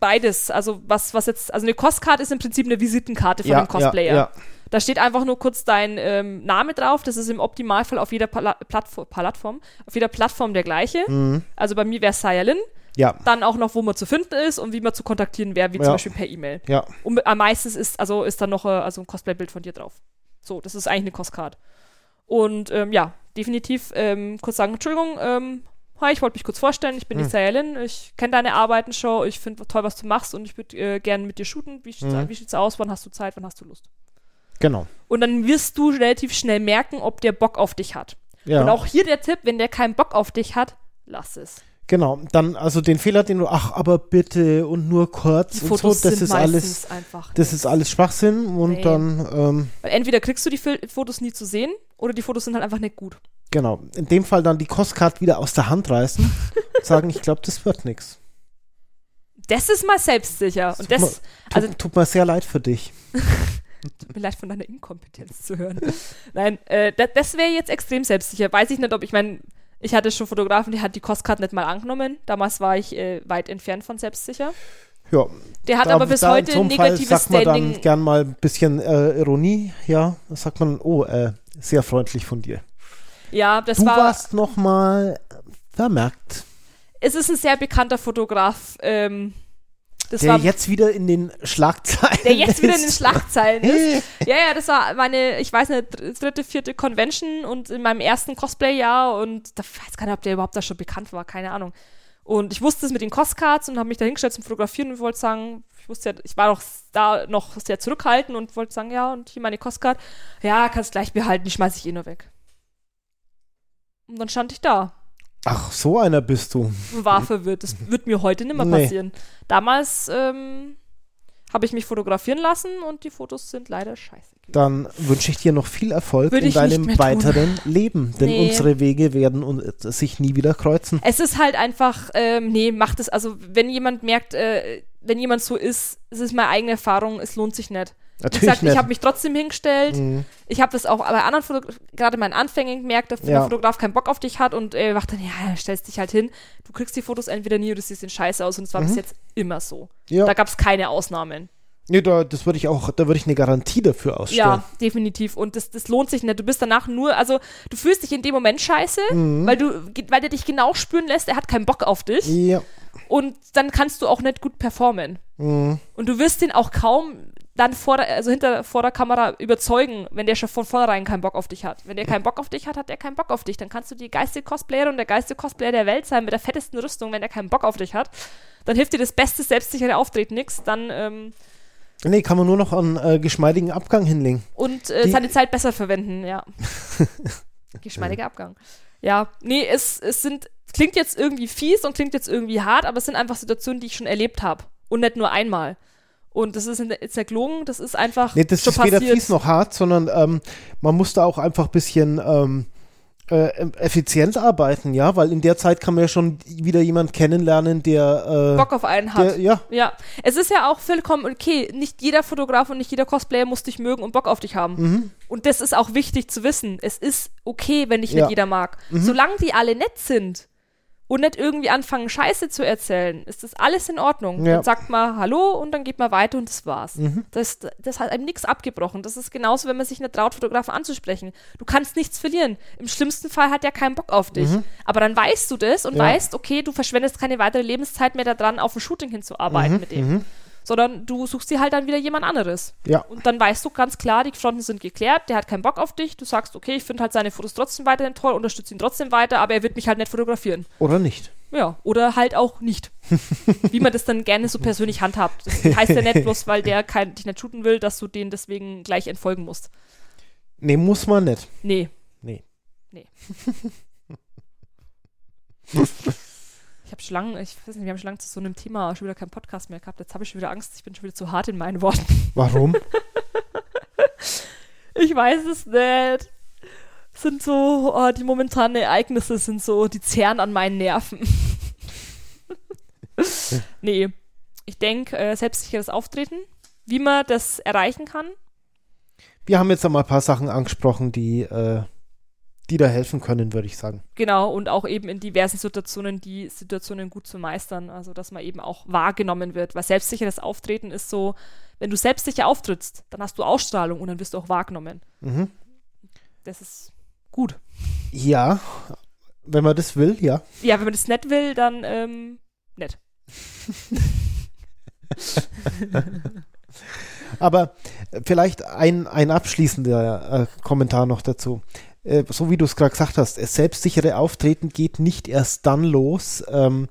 beides. Also was, was jetzt, also eine Costcard ist im Prinzip eine Visitenkarte von
ja,
dem Cosplayer.
ja, ja.
Da steht einfach nur kurz dein ähm, Name drauf. Das ist im Optimalfall auf jeder Pala Plattform, Plattform, auf jeder Plattform der
Hm.
gleiche. Also bei mir wäre es Sayalin.
Mhm. Ja,
Dann auch noch, wo man zu finden ist und wie man zu kontaktieren wäre, wie
Ja.
zum Beispiel per E-Mail.
ja.
Und am meisten ist, also ist dann noch äh, also ein Cosplay-Bild von dir drauf. So, das ist eigentlich eine Costcard. Und ähm, ja, definitiv ähm, kurz sagen, Entschuldigung, ähm, hi, ich wollte mich kurz vorstellen, ich bin die Sayalin, ich kenne deine Arbeiten schon, ich finde toll, was du machst und ich würde äh, gerne mit dir shooten. Wie sieht's, wie sieht's aus? Wann hast du Zeit? Wann hast du Lust?
Genau.
Und dann wirst du relativ schnell merken, ob der Bock auf dich hat.
Ja.
Und auch hier der Tipp, wenn der keinen Bock auf dich hat, lass es.
Genau, dann also den Fehler, den du, ach, aber bitte und nur kurz
Die
und
Fotos
so, das
sind
ist
meistens
alles,
einfach.
das ist alles Schwachsinn und
Nee.
dann, ähm,
Weil entweder kriegst du die Fil Fotos nie zu sehen oder die Fotos sind halt einfach nicht gut.
genau, in dem Fall dann die Costcard wieder aus der Hand reißen und sagen, ich glaube, das wird nichts.
Das ist mal selbstsicher. Und das,
Tut,
also
tut mir sehr leid für dich.
tut mir leid, von deiner Inkompetenz zu hören. Nein, äh, das, das wäre jetzt extrem selbstsicher. Weiß ich nicht, ob ich meine, ich hatte schon Fotografen, die hat die Costcard nicht mal angenommen. Damals war ich äh, weit entfernt von selbstsicher.
Ja,
Der hat
da-
aber bis
da
heute
in so
ein
einem Fall
negatives
sagt man
Standing.
dann gern mal ein bisschen äh, Ironie, ja, da sagt man, oh, äh, sehr freundlich von dir.
Ja, das
du
war.
warst noch mal vermerkt,
Es ist ein sehr bekannter Fotograf. Ähm, das
der
war
jetzt wieder in den Schlagzeilen
der jetzt wieder in den
ist.
Schlagzeilen ist. Ja, ja, das war meine, ich weiß nicht, dr- dritte, vierte Convention und in meinem ersten Cosplay-Jahr und da weiß gar nicht, ob der überhaupt da schon bekannt war, keine Ahnung. Und ich wusste es mit den Costcards und habe mich da hingestellt zum Fotografieren und wollte sagen, ich wusste ja, ich war doch da noch sehr zurückhaltend und wollte sagen, ja, und hier meine Costcard. Ja, kannst gleich behalten, die schmeiß ich eh nur weg. Und dann stand ich da
Ach, so einer bist du.
war verwirrt. Das wird mir heute nicht mehr
Nee.
passieren. Damals ähm, habe ich mich fotografieren lassen und die Fotos sind leider scheiße. gewesen.
Dann wünsche ich dir noch viel Erfolg
Würde
in
ich nicht
deinem
mehr tun.
weiteren Leben, denn
Nee.
unsere Wege werden un- sich nie wieder kreuzen.
Es ist halt einfach, ähm, nee, macht es. Also, wenn jemand merkt, äh, wenn jemand so ist, es ist meine eigene Erfahrung, es lohnt sich nicht.
Natürlich
Wie gesagt,
nicht.
ich habe mich trotzdem hingestellt.
Mhm.
Ich habe das auch bei anderen Fotografen, gerade meinen Anfängen gemerkt, dass der
Ja.
Fotograf keinen Bock auf dich hat und äh, macht dann, ja, stellst dich halt hin. Du kriegst die Fotos entweder nie oder siehst den Scheiße aus und es war bis jetzt immer so.
Mhm. Ja.
Da gab es keine Ausnahmen.
Nee, da, das würde ich auch, da würde ich eine Garantie dafür ausstellen.
Ja, definitiv. Und das, das lohnt sich nicht. Du bist danach nur, also du fühlst dich in dem Moment scheiße, weil du, weil der dich genau spüren lässt, er hat keinen Bock auf dich.
Ja.
Und dann kannst du auch nicht gut performen.
Mhm.
Und du wirst den auch kaum dann vor der, also hinter vor der Kamera überzeugen, wenn der schon von vornherein keinen Bock auf dich hat. Wenn der keinen Bock auf dich hat, hat der keinen Bock auf dich. Dann kannst du die geilste Cosplayerin und der geilste Cosplayer der Welt sein mit der fettesten Rüstung, wenn der keinen Bock auf dich hat. Dann hilft dir das beste, selbstsichere Auftreten nix. Dann, ähm,
Nee, kann man nur noch an äh, geschmeidigen Abgang hinlegen.
und äh,
Die-
seine Zeit besser verwenden, ja. Geschmeidiger Abgang. Ja, nee, es, es sind, klingt jetzt irgendwie fies und klingt jetzt irgendwie hart, aber es sind einfach Situationen, die ich schon erlebt habe. Und nicht nur einmal. Und das ist in der, ist ja gelungen, das ist einfach
Nee, das
schon
ist
passiert.
weder fies noch hart, sondern ähm, man muss da auch einfach ein bisschen ähm, äh, effizient arbeiten, ja, weil in der Zeit kann man ja schon wieder jemand kennenlernen, der, äh,
Bock auf einen hat.
der ja,
ja, es ist ja auch vollkommen okay. Nicht jeder Fotograf und nicht jeder Cosplayer muss dich mögen und Bock auf dich haben.
Mhm.
Und das ist auch wichtig zu wissen. Es ist okay, wenn dich
Ja. Mhm.
nicht jeder mag. Solange die alle nett sind und nicht irgendwie anfangen, Scheiße zu erzählen, ist das alles in Ordnung.
Ja. Mhm.
Dann sagt man Hallo und dann geht man weiter und das war's. Das, das hat einem nichts abgebrochen. Das ist genauso, wenn man sich nicht traut, Fotografen anzusprechen. Du kannst nichts verlieren. Im schlimmsten Fall hat er keinen Bock auf dich. Aber dann weißt du das und
Mhm. Ja.
weißt, okay, du verschwendest keine weitere Lebenszeit mehr daran, auf ein Shooting
Mhm.
hinzuarbeiten mit dem. Sondern du suchst dir halt dann wieder jemand anderes.
ja,
Und dann weißt du ganz klar, die Fronten sind geklärt, der hat keinen Bock auf dich, du sagst, okay, ich finde halt seine Fotos trotzdem weiterhin toll, unterstütze ihn trotzdem weiter, aber er wird mich halt nicht fotografieren.
oder nicht.
Ja, oder halt auch nicht. Wie man das dann gerne so persönlich handhabt. Das heißt ja nicht bloß, weil der kein, dich nicht shooten will, dass du den deswegen gleich entfolgen musst.
Nee, muss man nicht.
Nee,
Nee.
ich habe schon lange, ich weiß nicht, wir haben schon lange zu so einem Thema schon wieder keinen Podcast mehr gehabt. Jetzt habe ich schon wieder Angst, ich bin schon wieder zu hart in meinen Worten.
Warum?
Ich weiß es nicht. Sind so, oh, die momentanen Ereignisse sind so, die zehren an meinen Nerven. nee, ich denke, äh, selbstsicheres Auftreten, wie man das erreichen kann.
Wir haben jetzt einmal ein paar Sachen angesprochen, die, äh, die da helfen können, würde ich sagen.
Genau, und auch eben in diversen Situationen die Situationen gut zu meistern. Also, dass man eben auch wahrgenommen wird. Weil selbstsicheres Auftreten ist so, wenn du selbstsicher auftrittst, dann hast du Ausstrahlung und dann wirst du auch wahrgenommen.
Mhm.
Das ist gut.
Ja, wenn man das will, ja.
Ja, wenn man das nicht will, dann ähm, nett.
Aber äh, vielleicht ein, ein abschließender äh, Kommentar noch dazu. Äh, so wie du es gerade gesagt hast, das selbstsichere Auftreten geht nicht erst dann los, ähm,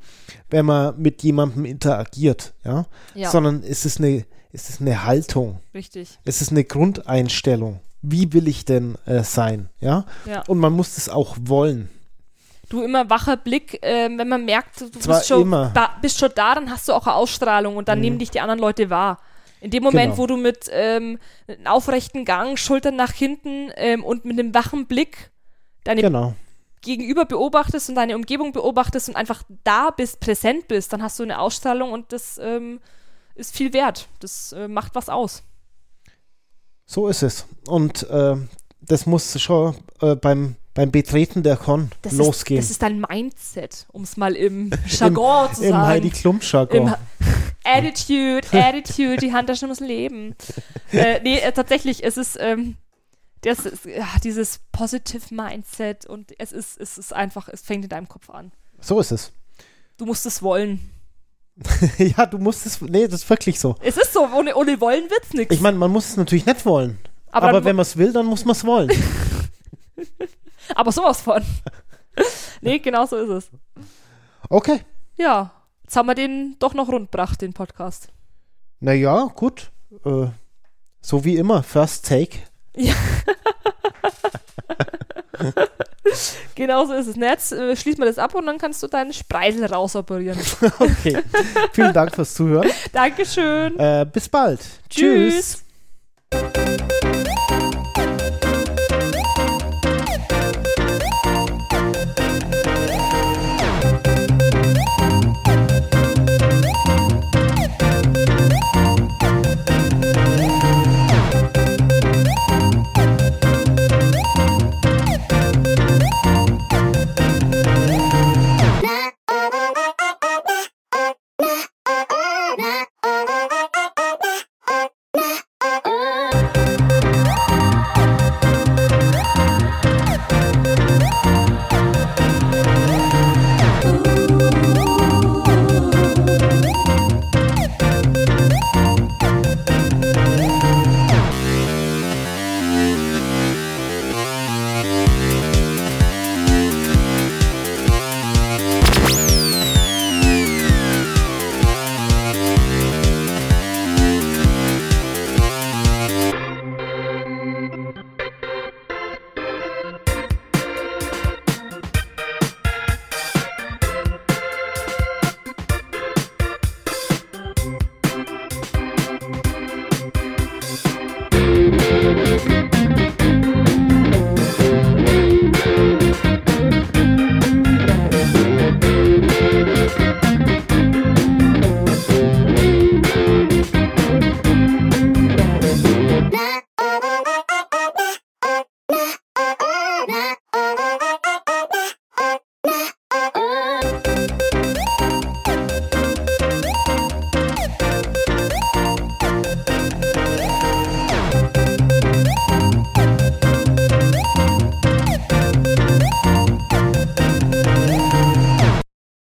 wenn man mit jemandem interagiert, ja?
Ja,
sondern es ist, eine, es ist eine Haltung,
richtig.
es ist eine Grundeinstellung. Wie will ich denn äh, sein? Ja?
Ja.
Und man muss es auch wollen.
Du immer wacher Blick, äh, wenn man merkt, du
Zwar
bist schon,
immer. Mhm.
Da, bist schon da, dann hast du auch eine Ausstrahlung und dann nehmen dich die anderen Leute wahr. In dem Moment,
Genau.
wo du mit ähm, einem aufrechten Gang, Schultern nach hinten ähm, und mit einem wachen Blick deine
Genau.
Gegenüber beobachtest und deine Umgebung beobachtest und einfach da bist, präsent bist, dann hast du eine Ausstrahlung und das ähm, ist viel wert. Das äh, macht was aus.
So ist es. Und äh, das muss schon äh, beim, beim Betreten der Con
Das
losgehen.
Ist, das ist dein Mindset, um es mal im Jargon zu
Im Heidi
sagen.
klum
Im
jargon
Ha- Attitude, Attitude, die Handtaschen muss leben. äh, nee, äh, tatsächlich, es ist ähm, das ist, ja, dieses Positive Mindset und es ist, es ist einfach, es fängt in deinem Kopf an.
So ist es.
Du musst es wollen.
ja, du musst es. Nee, das ist wirklich so.
Es ist so, ohne, ohne Wollen wird's nichts.
Ich meine, man muss es natürlich nicht wollen. Aber,
Aber dann mu-
wenn man es will, dann muss man es wollen.
Aber sowas von. nee, genau so ist es.
Okay.
Ja, jetzt haben wir den doch noch rundbracht, den Podcast.
Naja, gut. Äh, so wie immer, First Take.
Genau so ist es. Na, jetzt äh, schließen wir das ab und dann kannst du deinen Spreisel rausoperieren.
Okay. Vielen Dank fürs Zuhören.
Dankeschön.
Äh, bis bald.
Tschüss.
Tschüss.